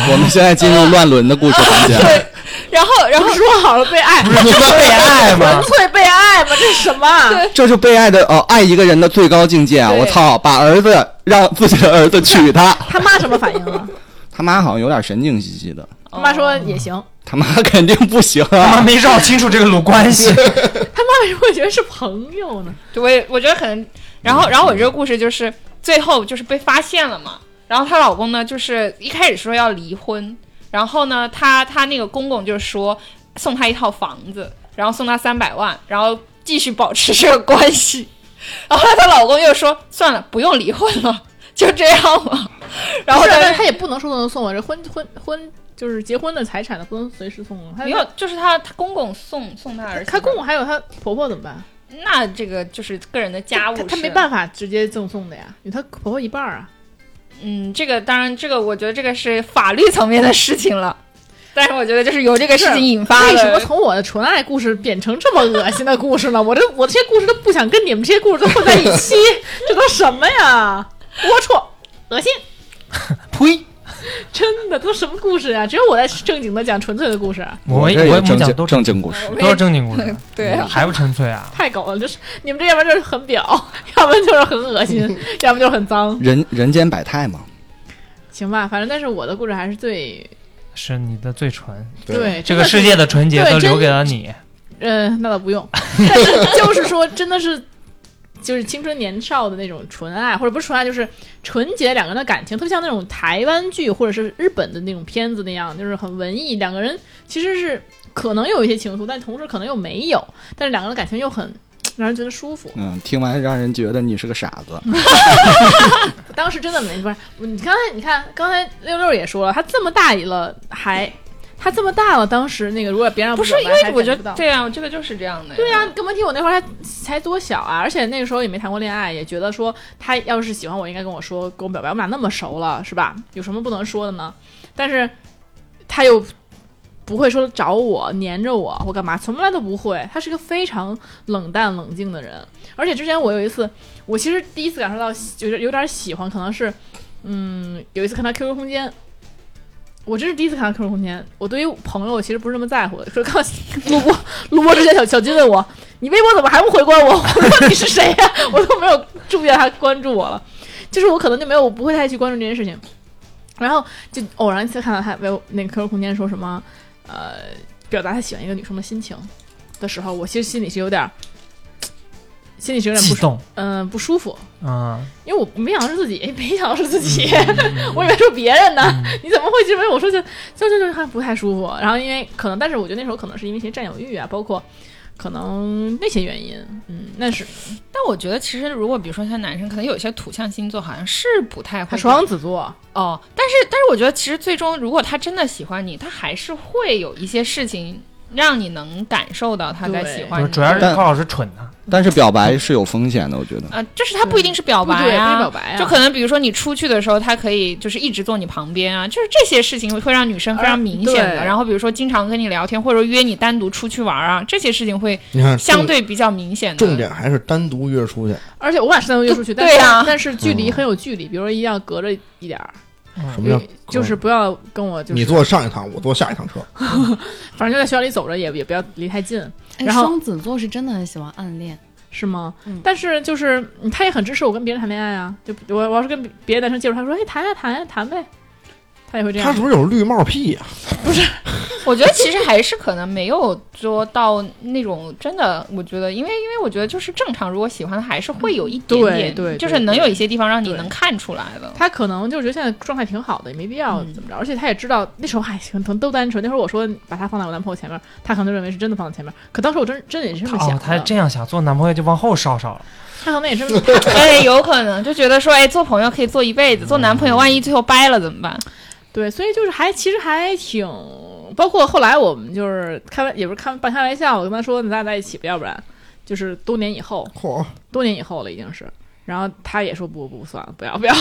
[SPEAKER 7] 我们现在进入乱伦的故事环节，
[SPEAKER 6] 对，然后然后
[SPEAKER 2] 说好了被爱，
[SPEAKER 4] 不是这被爱吗
[SPEAKER 2] 纯？粹被爱吗？这是什么啊？
[SPEAKER 7] 这就被爱的哦，爱一个人的最高境界啊！
[SPEAKER 6] 对
[SPEAKER 7] 我操，把儿子让自己的儿子娶她，
[SPEAKER 2] 他妈什么反应 啊？
[SPEAKER 7] 他妈好像有点神经兮兮的，
[SPEAKER 2] 他妈
[SPEAKER 6] 哦
[SPEAKER 2] 说也行，
[SPEAKER 7] 他妈 肯定不行
[SPEAKER 4] 他妈
[SPEAKER 7] 啊！
[SPEAKER 4] 没绕清楚这个路关系，
[SPEAKER 2] 他妈为什么会觉得是朋友呢？
[SPEAKER 6] 对，我也我觉得可能，然后然后我这个故事就是最后就是被发现了嘛，然后她老公呢就是一开始说要离婚，然后呢她她那个公公就说送她一套房子，然后送她三百万，然后继续保持这个关系，然后她老公又说算了，不用离婚了，就这样吧，然后
[SPEAKER 2] 不是
[SPEAKER 6] 但
[SPEAKER 2] 但是
[SPEAKER 6] 是
[SPEAKER 2] 他也不能说能送我这婚婚婚就是结婚的财产的不能随时送啊。他
[SPEAKER 6] 没有，就是她她公公送送她儿子，
[SPEAKER 2] 他公公还有他婆婆怎么办？
[SPEAKER 6] 那这个就是个人的家务
[SPEAKER 2] 他他
[SPEAKER 6] 事
[SPEAKER 2] 没办法直接赠送的呀，有他婆婆一半儿啊。
[SPEAKER 6] 嗯，这个当然，这个我觉得这个是法律层面的事情了，但是我觉得就是由这个事情引发
[SPEAKER 2] 为什么
[SPEAKER 6] 的。
[SPEAKER 2] 从我的纯爱故事变成这么恶心的故事呢？我这我这些故事都不想跟你们这些故事都混在一起， 这都什么呀？龌龊，恶心！
[SPEAKER 4] 呸！
[SPEAKER 2] 真的都什么故事呀？只有我在正经的讲纯粹的故事，啊
[SPEAKER 4] 我
[SPEAKER 7] 这也
[SPEAKER 4] 我们
[SPEAKER 7] 正
[SPEAKER 4] 讲
[SPEAKER 7] 经
[SPEAKER 4] 都是
[SPEAKER 7] 正经故事，
[SPEAKER 6] 我
[SPEAKER 4] 都是正经故事
[SPEAKER 6] 也，对啊，
[SPEAKER 4] 还不纯粹啊？
[SPEAKER 2] 太狗了！就是你们这要不然就是很表，要不然就是很恶心，要不就是很脏。
[SPEAKER 7] 人人间百态嘛。
[SPEAKER 2] 行吧，反正但是我的故事还是最
[SPEAKER 4] 是你的最纯，
[SPEAKER 2] 对
[SPEAKER 4] 这个世。界的纯洁
[SPEAKER 2] 对
[SPEAKER 4] 都留
[SPEAKER 2] 真
[SPEAKER 4] 给了你。
[SPEAKER 2] 嗯、那倒不 用，但是就是说，真的是。就是青春年少的那种纯爱，或者不是纯爱，就是纯洁两个人的感情，特别像那种台湾剧或者是日本的那种片子那样，就是很文艺，两个人其实是可能有一些情愫，但同时可能又没有，但是两个人的感情又很让人觉得舒服。
[SPEAKER 7] 嗯，听完让人觉得你是个傻子。
[SPEAKER 2] 当时真的没不是你刚才你看刚才六六也说了，他这么大了还他这么大了，当时那个如果别让
[SPEAKER 6] 不是
[SPEAKER 2] 表白
[SPEAKER 6] 因为
[SPEAKER 2] 还
[SPEAKER 6] 我觉
[SPEAKER 2] 见不
[SPEAKER 6] 得
[SPEAKER 2] 到
[SPEAKER 6] 对啊，这个就是这样的。嗯
[SPEAKER 2] 对啊，，根本听我那会儿他才多小啊，而且那个时候也没谈过恋爱，也觉得说他要是喜欢我，应该跟我说，跟我表白，我们俩那么熟了，是吧？有什么不能说的呢？但是他又不会说找我、黏着我或干嘛，从来都不会。他是个非常冷淡、冷静的人。而且之前我有一次，我其实第一次感受到就是有点喜欢，可能是嗯，有一次看他 QQ 空间。我这是第一次看他 QQ 空间，我对于朋友我其实不是那么在乎的。说刚路 过录播之前小，小金问我：“你微博怎么还不回关我？” 我说：“你是谁呀、 我都没有注意到他关注我了，就是我可能就没有，我不会太去关注这件事情。然后就偶然一次看到他微那个 QQ 空间说什么，呃，表达他喜欢一个女生的心情的时候，我其实心里是有点儿，心里是有点
[SPEAKER 4] 悸
[SPEAKER 2] 不舒，
[SPEAKER 4] 动，
[SPEAKER 2] 嗯、不舒服，
[SPEAKER 4] 嗯，
[SPEAKER 2] 因为我没想到是自己， 没想到是自己， 我以为是别人呢。你怎么会认为我说就就就就还不太舒服？然后因为可能，但是我觉得那时候可能是因为一些占有欲啊，包括可能那些原因，嗯，那是
[SPEAKER 6] 但我觉得其实如果比如说像男生，可能有些土象星座好像是不太
[SPEAKER 2] 他
[SPEAKER 6] 会
[SPEAKER 2] 双子座，
[SPEAKER 6] 哦，但是但是我觉得其实最终如果他真的喜欢你，他还是会有一些事情让你能感受到他在
[SPEAKER 2] 对
[SPEAKER 6] 喜
[SPEAKER 4] 就
[SPEAKER 6] 欢
[SPEAKER 4] 是
[SPEAKER 6] 你。
[SPEAKER 4] 主要是
[SPEAKER 7] 但
[SPEAKER 4] 高老师蠢呐，
[SPEAKER 7] 但是表白是有风险的，我觉得。
[SPEAKER 6] 呃，就是他不一定是表白
[SPEAKER 2] 对，
[SPEAKER 6] 啊，
[SPEAKER 2] 不是表白啊，
[SPEAKER 6] 就可能比如说你出去的时候，他可以就是一直坐你旁边啊，就是这些事情会让女生非常明显的。
[SPEAKER 2] 而对
[SPEAKER 6] 然后比如说经常跟你聊天，或者说约你单独出去玩啊，这些事情会
[SPEAKER 3] 你看，
[SPEAKER 6] 相
[SPEAKER 3] 重
[SPEAKER 6] 对比较明显的。
[SPEAKER 3] 重点还是单独约出去，
[SPEAKER 2] 而且我俩是单独约出去，但
[SPEAKER 6] 对
[SPEAKER 2] 是、
[SPEAKER 6] 啊
[SPEAKER 2] 但是距离很有距离，比如说一定要隔着一点儿，
[SPEAKER 3] 什么叫嗯
[SPEAKER 2] 就是不要跟我就是
[SPEAKER 3] 你坐上一趟，我坐下一趟车，
[SPEAKER 2] 反正就在学校里走着也也不要离太近，
[SPEAKER 5] 哎
[SPEAKER 2] 然后
[SPEAKER 5] 双子座是真的很喜欢暗恋，
[SPEAKER 2] 是吗？
[SPEAKER 5] 嗯
[SPEAKER 2] 但是就是嗯他也很支持我跟别人谈恋爱啊，就我我要是跟别别的男生接触，他说哎谈呀谈呀谈呗，他也会这样。
[SPEAKER 3] 他是不是有绿帽癖呀？
[SPEAKER 6] 我觉得其实还是可能没有说到那种真的，我觉得因为因为我觉得就是正常，如果喜欢还是会有一点
[SPEAKER 2] 对
[SPEAKER 6] 点，
[SPEAKER 2] 对
[SPEAKER 6] 就是
[SPEAKER 2] 对
[SPEAKER 6] 能有一些地方让你
[SPEAKER 2] 对
[SPEAKER 6] 能看出来的。
[SPEAKER 2] 他可能就是觉得现在状态挺好的，也没必要
[SPEAKER 6] 嗯
[SPEAKER 2] 怎么着，而且他也知道那时候还行，可能都单纯。那会儿我说把他放在我男朋友前面，他可能认为是真的放在前面，可当时我真真也是这么想
[SPEAKER 4] 哦，
[SPEAKER 2] 的。
[SPEAKER 4] 他这样想，做男朋友就往后稍稍了。
[SPEAKER 2] 他可能也是 这么
[SPEAKER 6] 哎，有可能就觉得说，哎，做朋友可以做一辈子，做男朋友万一最后掰了怎么办？
[SPEAKER 2] 对，所以就是还其实还挺，包括后来我们就是开玩，也不是开半开玩笑，我跟他说咱俩在一起吧，要不然就是多年以后，
[SPEAKER 3] 嚯，
[SPEAKER 2] 多年以后了已经是。然后他也说不不算了，不要不要，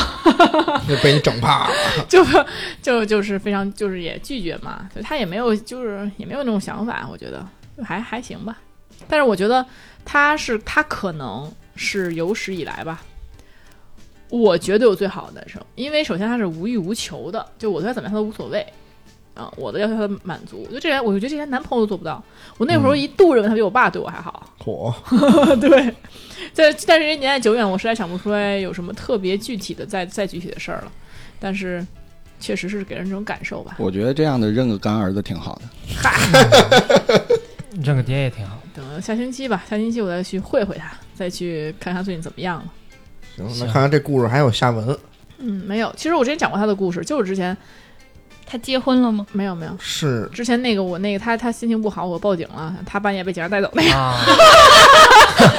[SPEAKER 3] 这被你整怕 了。
[SPEAKER 2] 就 就就是非常就是也拒绝嘛，就他也没有就是也没有那种想法，我觉得就还还行吧。但是我觉得他是他可能是有史以来吧，我绝对有最好的男生，因为首先他是无欲无求的，就我对他怎么样他都无所谓。啊，我的要求他满足，就这人，我就觉得这连男朋友都做不到。我那时候一度认为他比我爸对我还好，
[SPEAKER 3] 火，
[SPEAKER 2] 对，但但是这年代久远，我实在想不出来有什么特别具体的再再具体的事儿了。但是确实是给人这种感受吧。
[SPEAKER 7] 我觉得这样的认个干儿子挺好的。
[SPEAKER 4] 认个爹也挺好。
[SPEAKER 2] 等下星期吧，下星期我再去会会他，再去看看最近怎么样了。
[SPEAKER 3] 行，那
[SPEAKER 4] 行
[SPEAKER 3] 看看这故事还有下文
[SPEAKER 2] 嗯，没有，其实我之前讲过他的故事，就是之前
[SPEAKER 6] 他结婚了吗？
[SPEAKER 2] 没有没有，
[SPEAKER 3] 是
[SPEAKER 2] 之前那个我那个他他心情不好，我报警了，他半夜被警察带走那个。
[SPEAKER 4] 啊，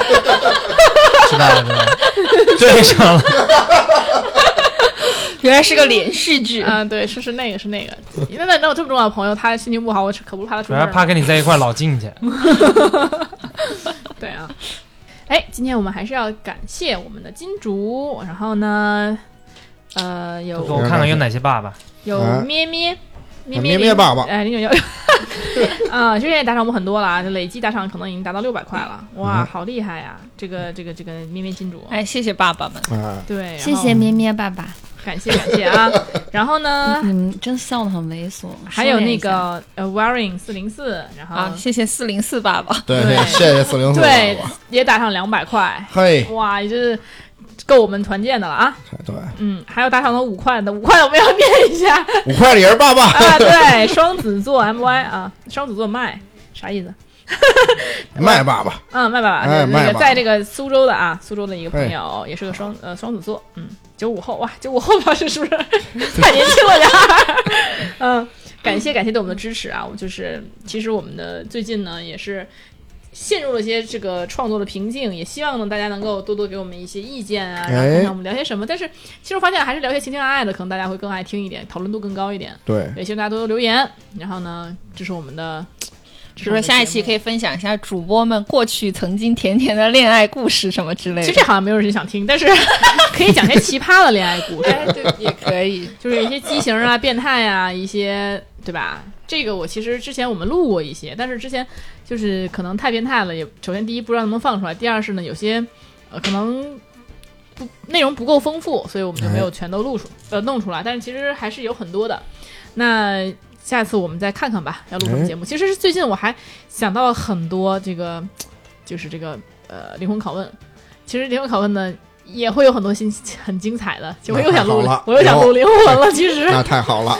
[SPEAKER 4] 知道了，知道了，对上了。
[SPEAKER 6] 原来是个连续 剧
[SPEAKER 2] 啊，对，是是那个是那个，因为反正我这么重要的朋友，他心情不好，我可不是怕他出
[SPEAKER 4] 主
[SPEAKER 2] 事
[SPEAKER 4] 要
[SPEAKER 2] 儿
[SPEAKER 4] 是怕
[SPEAKER 2] 吗。
[SPEAKER 4] 跟你在一块儿老进去。
[SPEAKER 2] 对啊， 哎，今天我们还是要感谢我们的金主，然后呢，呃，
[SPEAKER 4] 给
[SPEAKER 2] 有
[SPEAKER 4] 我看看有哪些爸爸。
[SPEAKER 2] 有
[SPEAKER 3] 啊
[SPEAKER 2] 咩咩。咩
[SPEAKER 3] 啊咩咩
[SPEAKER 2] 零
[SPEAKER 3] 爸爸
[SPEAKER 2] 哎，零九幺，啊，之前也打赏我们很多了啊，就累计打赏可能已经达到六百块了，哇，
[SPEAKER 3] 嗯
[SPEAKER 2] 好厉害呀！这个这个这个咩咩金主，
[SPEAKER 6] 哎，谢谢爸爸们，
[SPEAKER 3] 啊，
[SPEAKER 2] 对，
[SPEAKER 5] 谢谢咩咩爸爸，
[SPEAKER 2] 感谢感谢 啊。然后呢，
[SPEAKER 5] 你们真笑得很猥琐。
[SPEAKER 2] 还有
[SPEAKER 5] 收敛
[SPEAKER 2] 那
[SPEAKER 5] 嗯一下，
[SPEAKER 2] 个呃 Waring 四零四，然后、
[SPEAKER 6] 啊，谢谢四零四爸爸，
[SPEAKER 3] 对
[SPEAKER 2] 对
[SPEAKER 3] 谢谢四零四，
[SPEAKER 2] 对也打上两百块，
[SPEAKER 3] 嘿，
[SPEAKER 2] 哇，也就是够我们团建的了啊。
[SPEAKER 3] 对，
[SPEAKER 2] 嗯，还有打赏了五块的，五块我们要念一下
[SPEAKER 3] 五块也是爸爸，
[SPEAKER 2] 啊。对，双子座 MY 啊，双子座麦啥意思？
[SPEAKER 3] 麦爸爸，
[SPEAKER 2] 嗯，麦爸爸，
[SPEAKER 3] 哎
[SPEAKER 2] 对那
[SPEAKER 3] 麦
[SPEAKER 2] 个
[SPEAKER 3] 爸哎
[SPEAKER 2] 在这个苏州的啊，苏州的一个朋友，也是个双呃双子座，嗯，九五后哇，九五后老师是不 是太年轻了点儿？ 嗯，感谢感谢对我们的支持啊！我就是其实我们的最近呢也是。陷入了一些这个创作的瓶颈，也希望呢大家能够多多给我们一些意见
[SPEAKER 3] 哎
[SPEAKER 2] 啊，然后看看我们聊些什么。但是其实发现还是聊些情情爱爱的，可能大家会更爱听一点，讨论度更高一点。
[SPEAKER 3] 对，
[SPEAKER 2] 也希望大家多多留言，然后呢，这是我们的，这
[SPEAKER 6] 比如说下一期可
[SPEAKER 2] 以。
[SPEAKER 6] 以分享一下主播们过去曾经甜甜的恋爱故事什么之类
[SPEAKER 2] 其
[SPEAKER 6] 的，
[SPEAKER 2] 实这好像没有人想听，但是 可以讲些奇葩的恋爱故事，
[SPEAKER 6] 哎对也可以，
[SPEAKER 2] 就是一些畸形 啊、变态啊，一些对吧？这个我其实之前我们录过一些，但是之前就是可能太变态了，也首先第一不知道能不能放出来，第二是呢有些呃可能不内容不够丰富，所以我们就没
[SPEAKER 3] 哎
[SPEAKER 2] 有全都录出呃弄出来，但是其实还是有很多的。那下次我们再看看吧，要录
[SPEAKER 3] 哎
[SPEAKER 2] 什么节目？其实是最近我还想到了很多这个，就是这个呃灵魂拷问。其实灵魂拷问呢也会有很多新很精彩的，就我又想录
[SPEAKER 3] 那太好了
[SPEAKER 2] 我又想录灵魂了。其实，
[SPEAKER 3] 那太 好了，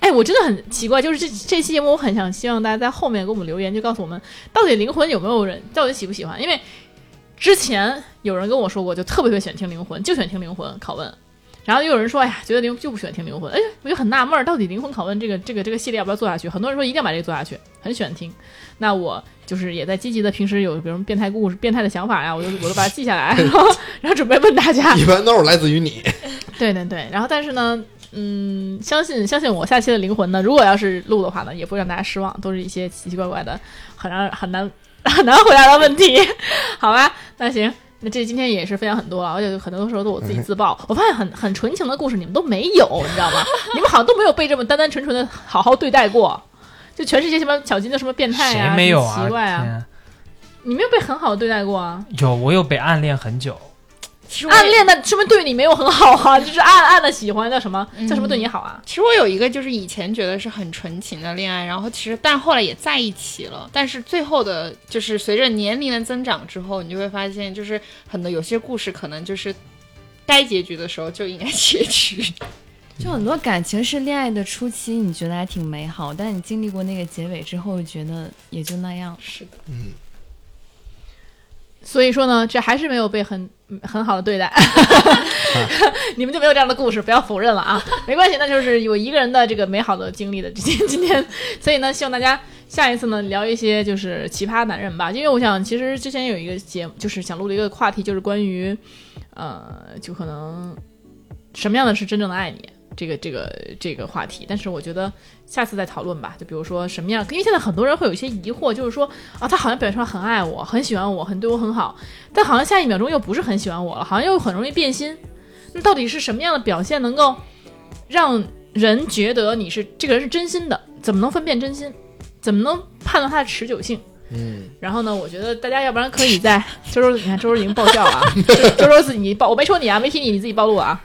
[SPEAKER 2] 哎，我真的很奇怪，就是这这期节目，我很想希望大家在后面给我们留言，就告诉我们到底灵魂有没有人，到底喜不喜欢？因为之前有人跟我说过，就特别特别喜欢听灵魂，就喜欢听灵魂拷问。然后又有人说，哎呀，觉得灵就不喜欢听灵魂，哎，我就很纳闷儿，到底灵魂拷问这个这个这个系列要不要做下去？很多人说一定要把这个做下去，很喜欢听。那我就是也在积极的，平时有比如变态故事、变态的想法呀，我就我都把它记下来，然后然后准备问大家。
[SPEAKER 3] 一般都是来自于你，
[SPEAKER 2] 对对对，然后但是呢，嗯，相信相信我，下期的灵魂呢，如果要是录的话呢，也不会让大家失望，都是一些奇奇怪怪的，很让很难 很难回答的问题， 好吧？那行，那这今天也是分享很多啊，而且很多时候都我自己自爆，我发现很很纯情的故事你们都没有，你知道吗？ 你们好像都没有被这么单单纯纯的好好对待过。就全世界什么小金的什么变态
[SPEAKER 4] 谁
[SPEAKER 2] 啊，
[SPEAKER 4] 没有
[SPEAKER 2] 什么
[SPEAKER 4] 啊？
[SPEAKER 2] 奇怪啊，
[SPEAKER 4] 天
[SPEAKER 2] 你没有被很好地对待过啊。
[SPEAKER 4] 有我有被暗恋很久，
[SPEAKER 6] 其实我也
[SPEAKER 2] 暗恋的说明对你没有很好啊， 就是暗暗的喜欢叫什么叫什么对你好啊？
[SPEAKER 6] 其实我有一个就是以前觉得是很纯情的恋爱，然后其实但后来也在一起了，但是最后的就是随着年龄的增长之后，你就会发现就是很多有些故事可能就是该结局的时候就应该结局，
[SPEAKER 5] 就很多感情是恋爱的初期，你觉得还挺美好，但你经历过那个结尾之后，觉得也就那样。
[SPEAKER 6] 是的，
[SPEAKER 2] 所以说呢，这还是没有被很嗯很好的对待，你们就没有这样的故事，不要否认了啊，没关系，那就是有一个人的这个美好的经历的 今今天，所以呢，希望大家下一次呢聊一些就是奇葩男人吧，因为我想其实之前有一个节目，就是想录的一个话题，就是关于呃，就可能什么样的是真正的爱你。这个这个这个话题，但是我觉得下次再讨论吧。就比如说什么样，因为现在很多人会有一些疑惑，就是说啊，他好像表现出来很爱我，很喜欢我，很对我很好，但好像下一秒钟又不是很喜欢我了，好像又很容易变心。那到底是什么样的表现能够让人觉得你是这个人是真心的？怎么能分辨真心？怎么能判断它的持久性？
[SPEAKER 3] 嗯，
[SPEAKER 2] 然后呢，我觉得大家要不然可以在周周，你看周周已经爆笑了啊，周周自己暴，我没说你啊，没提你，你自己暴露了啊。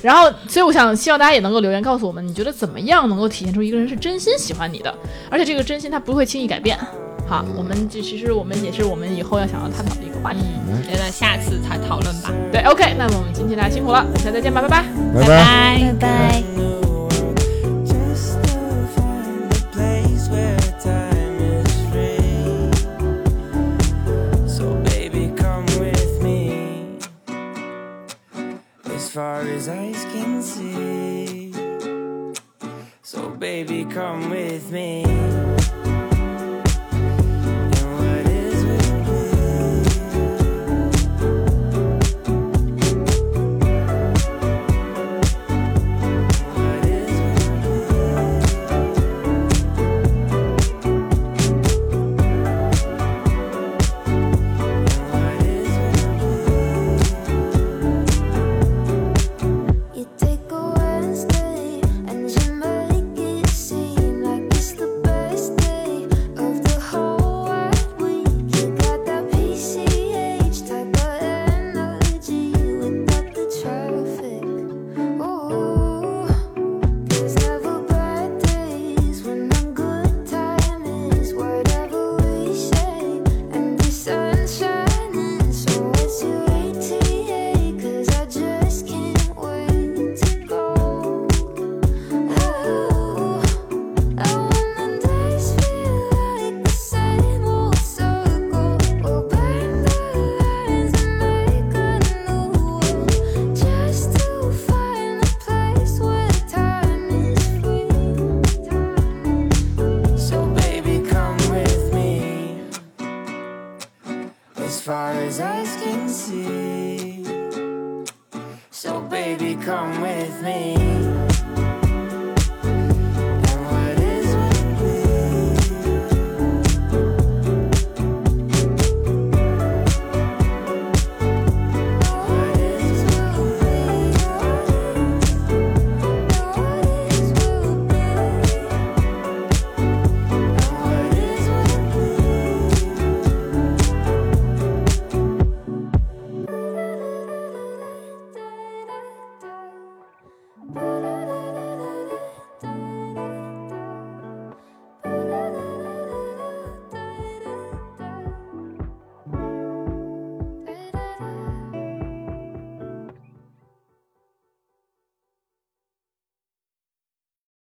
[SPEAKER 2] 然后，所以我想希望大家也能够留言告诉我们，你觉得怎么样能够体现出一个人是真心喜欢你的，而且这个真心他不会轻易改变。好，我们这其实我们也是我们以后要想要探讨的一个话题。
[SPEAKER 6] 嗯，觉得下次才讨论吧，
[SPEAKER 2] 对，OK，那么我们今天大家辛苦了，下次再见吧，拜拜。
[SPEAKER 3] 拜拜。
[SPEAKER 6] 拜。
[SPEAKER 5] 拜拜。
[SPEAKER 1] Just to find a place where time is free. So baby, come with me as far as eyes can see. So baby, come with me. And what is with me? What is with
[SPEAKER 8] You take a Wednesday and you make it seem like it's the best day of the whole wide week. You got that PCH type of energy without the traffic. Ooh, there's never bad days when I'm good time is whatever we say and the sun's shining. So it's your ATA 'cause I just can't wait to go. Oh, and when the days feel like the same old circle, we'll burn the lines and make a new one just to find a place where time is free.
[SPEAKER 1] So baby, come with me. As far as eyes can see. So baby, come with me. And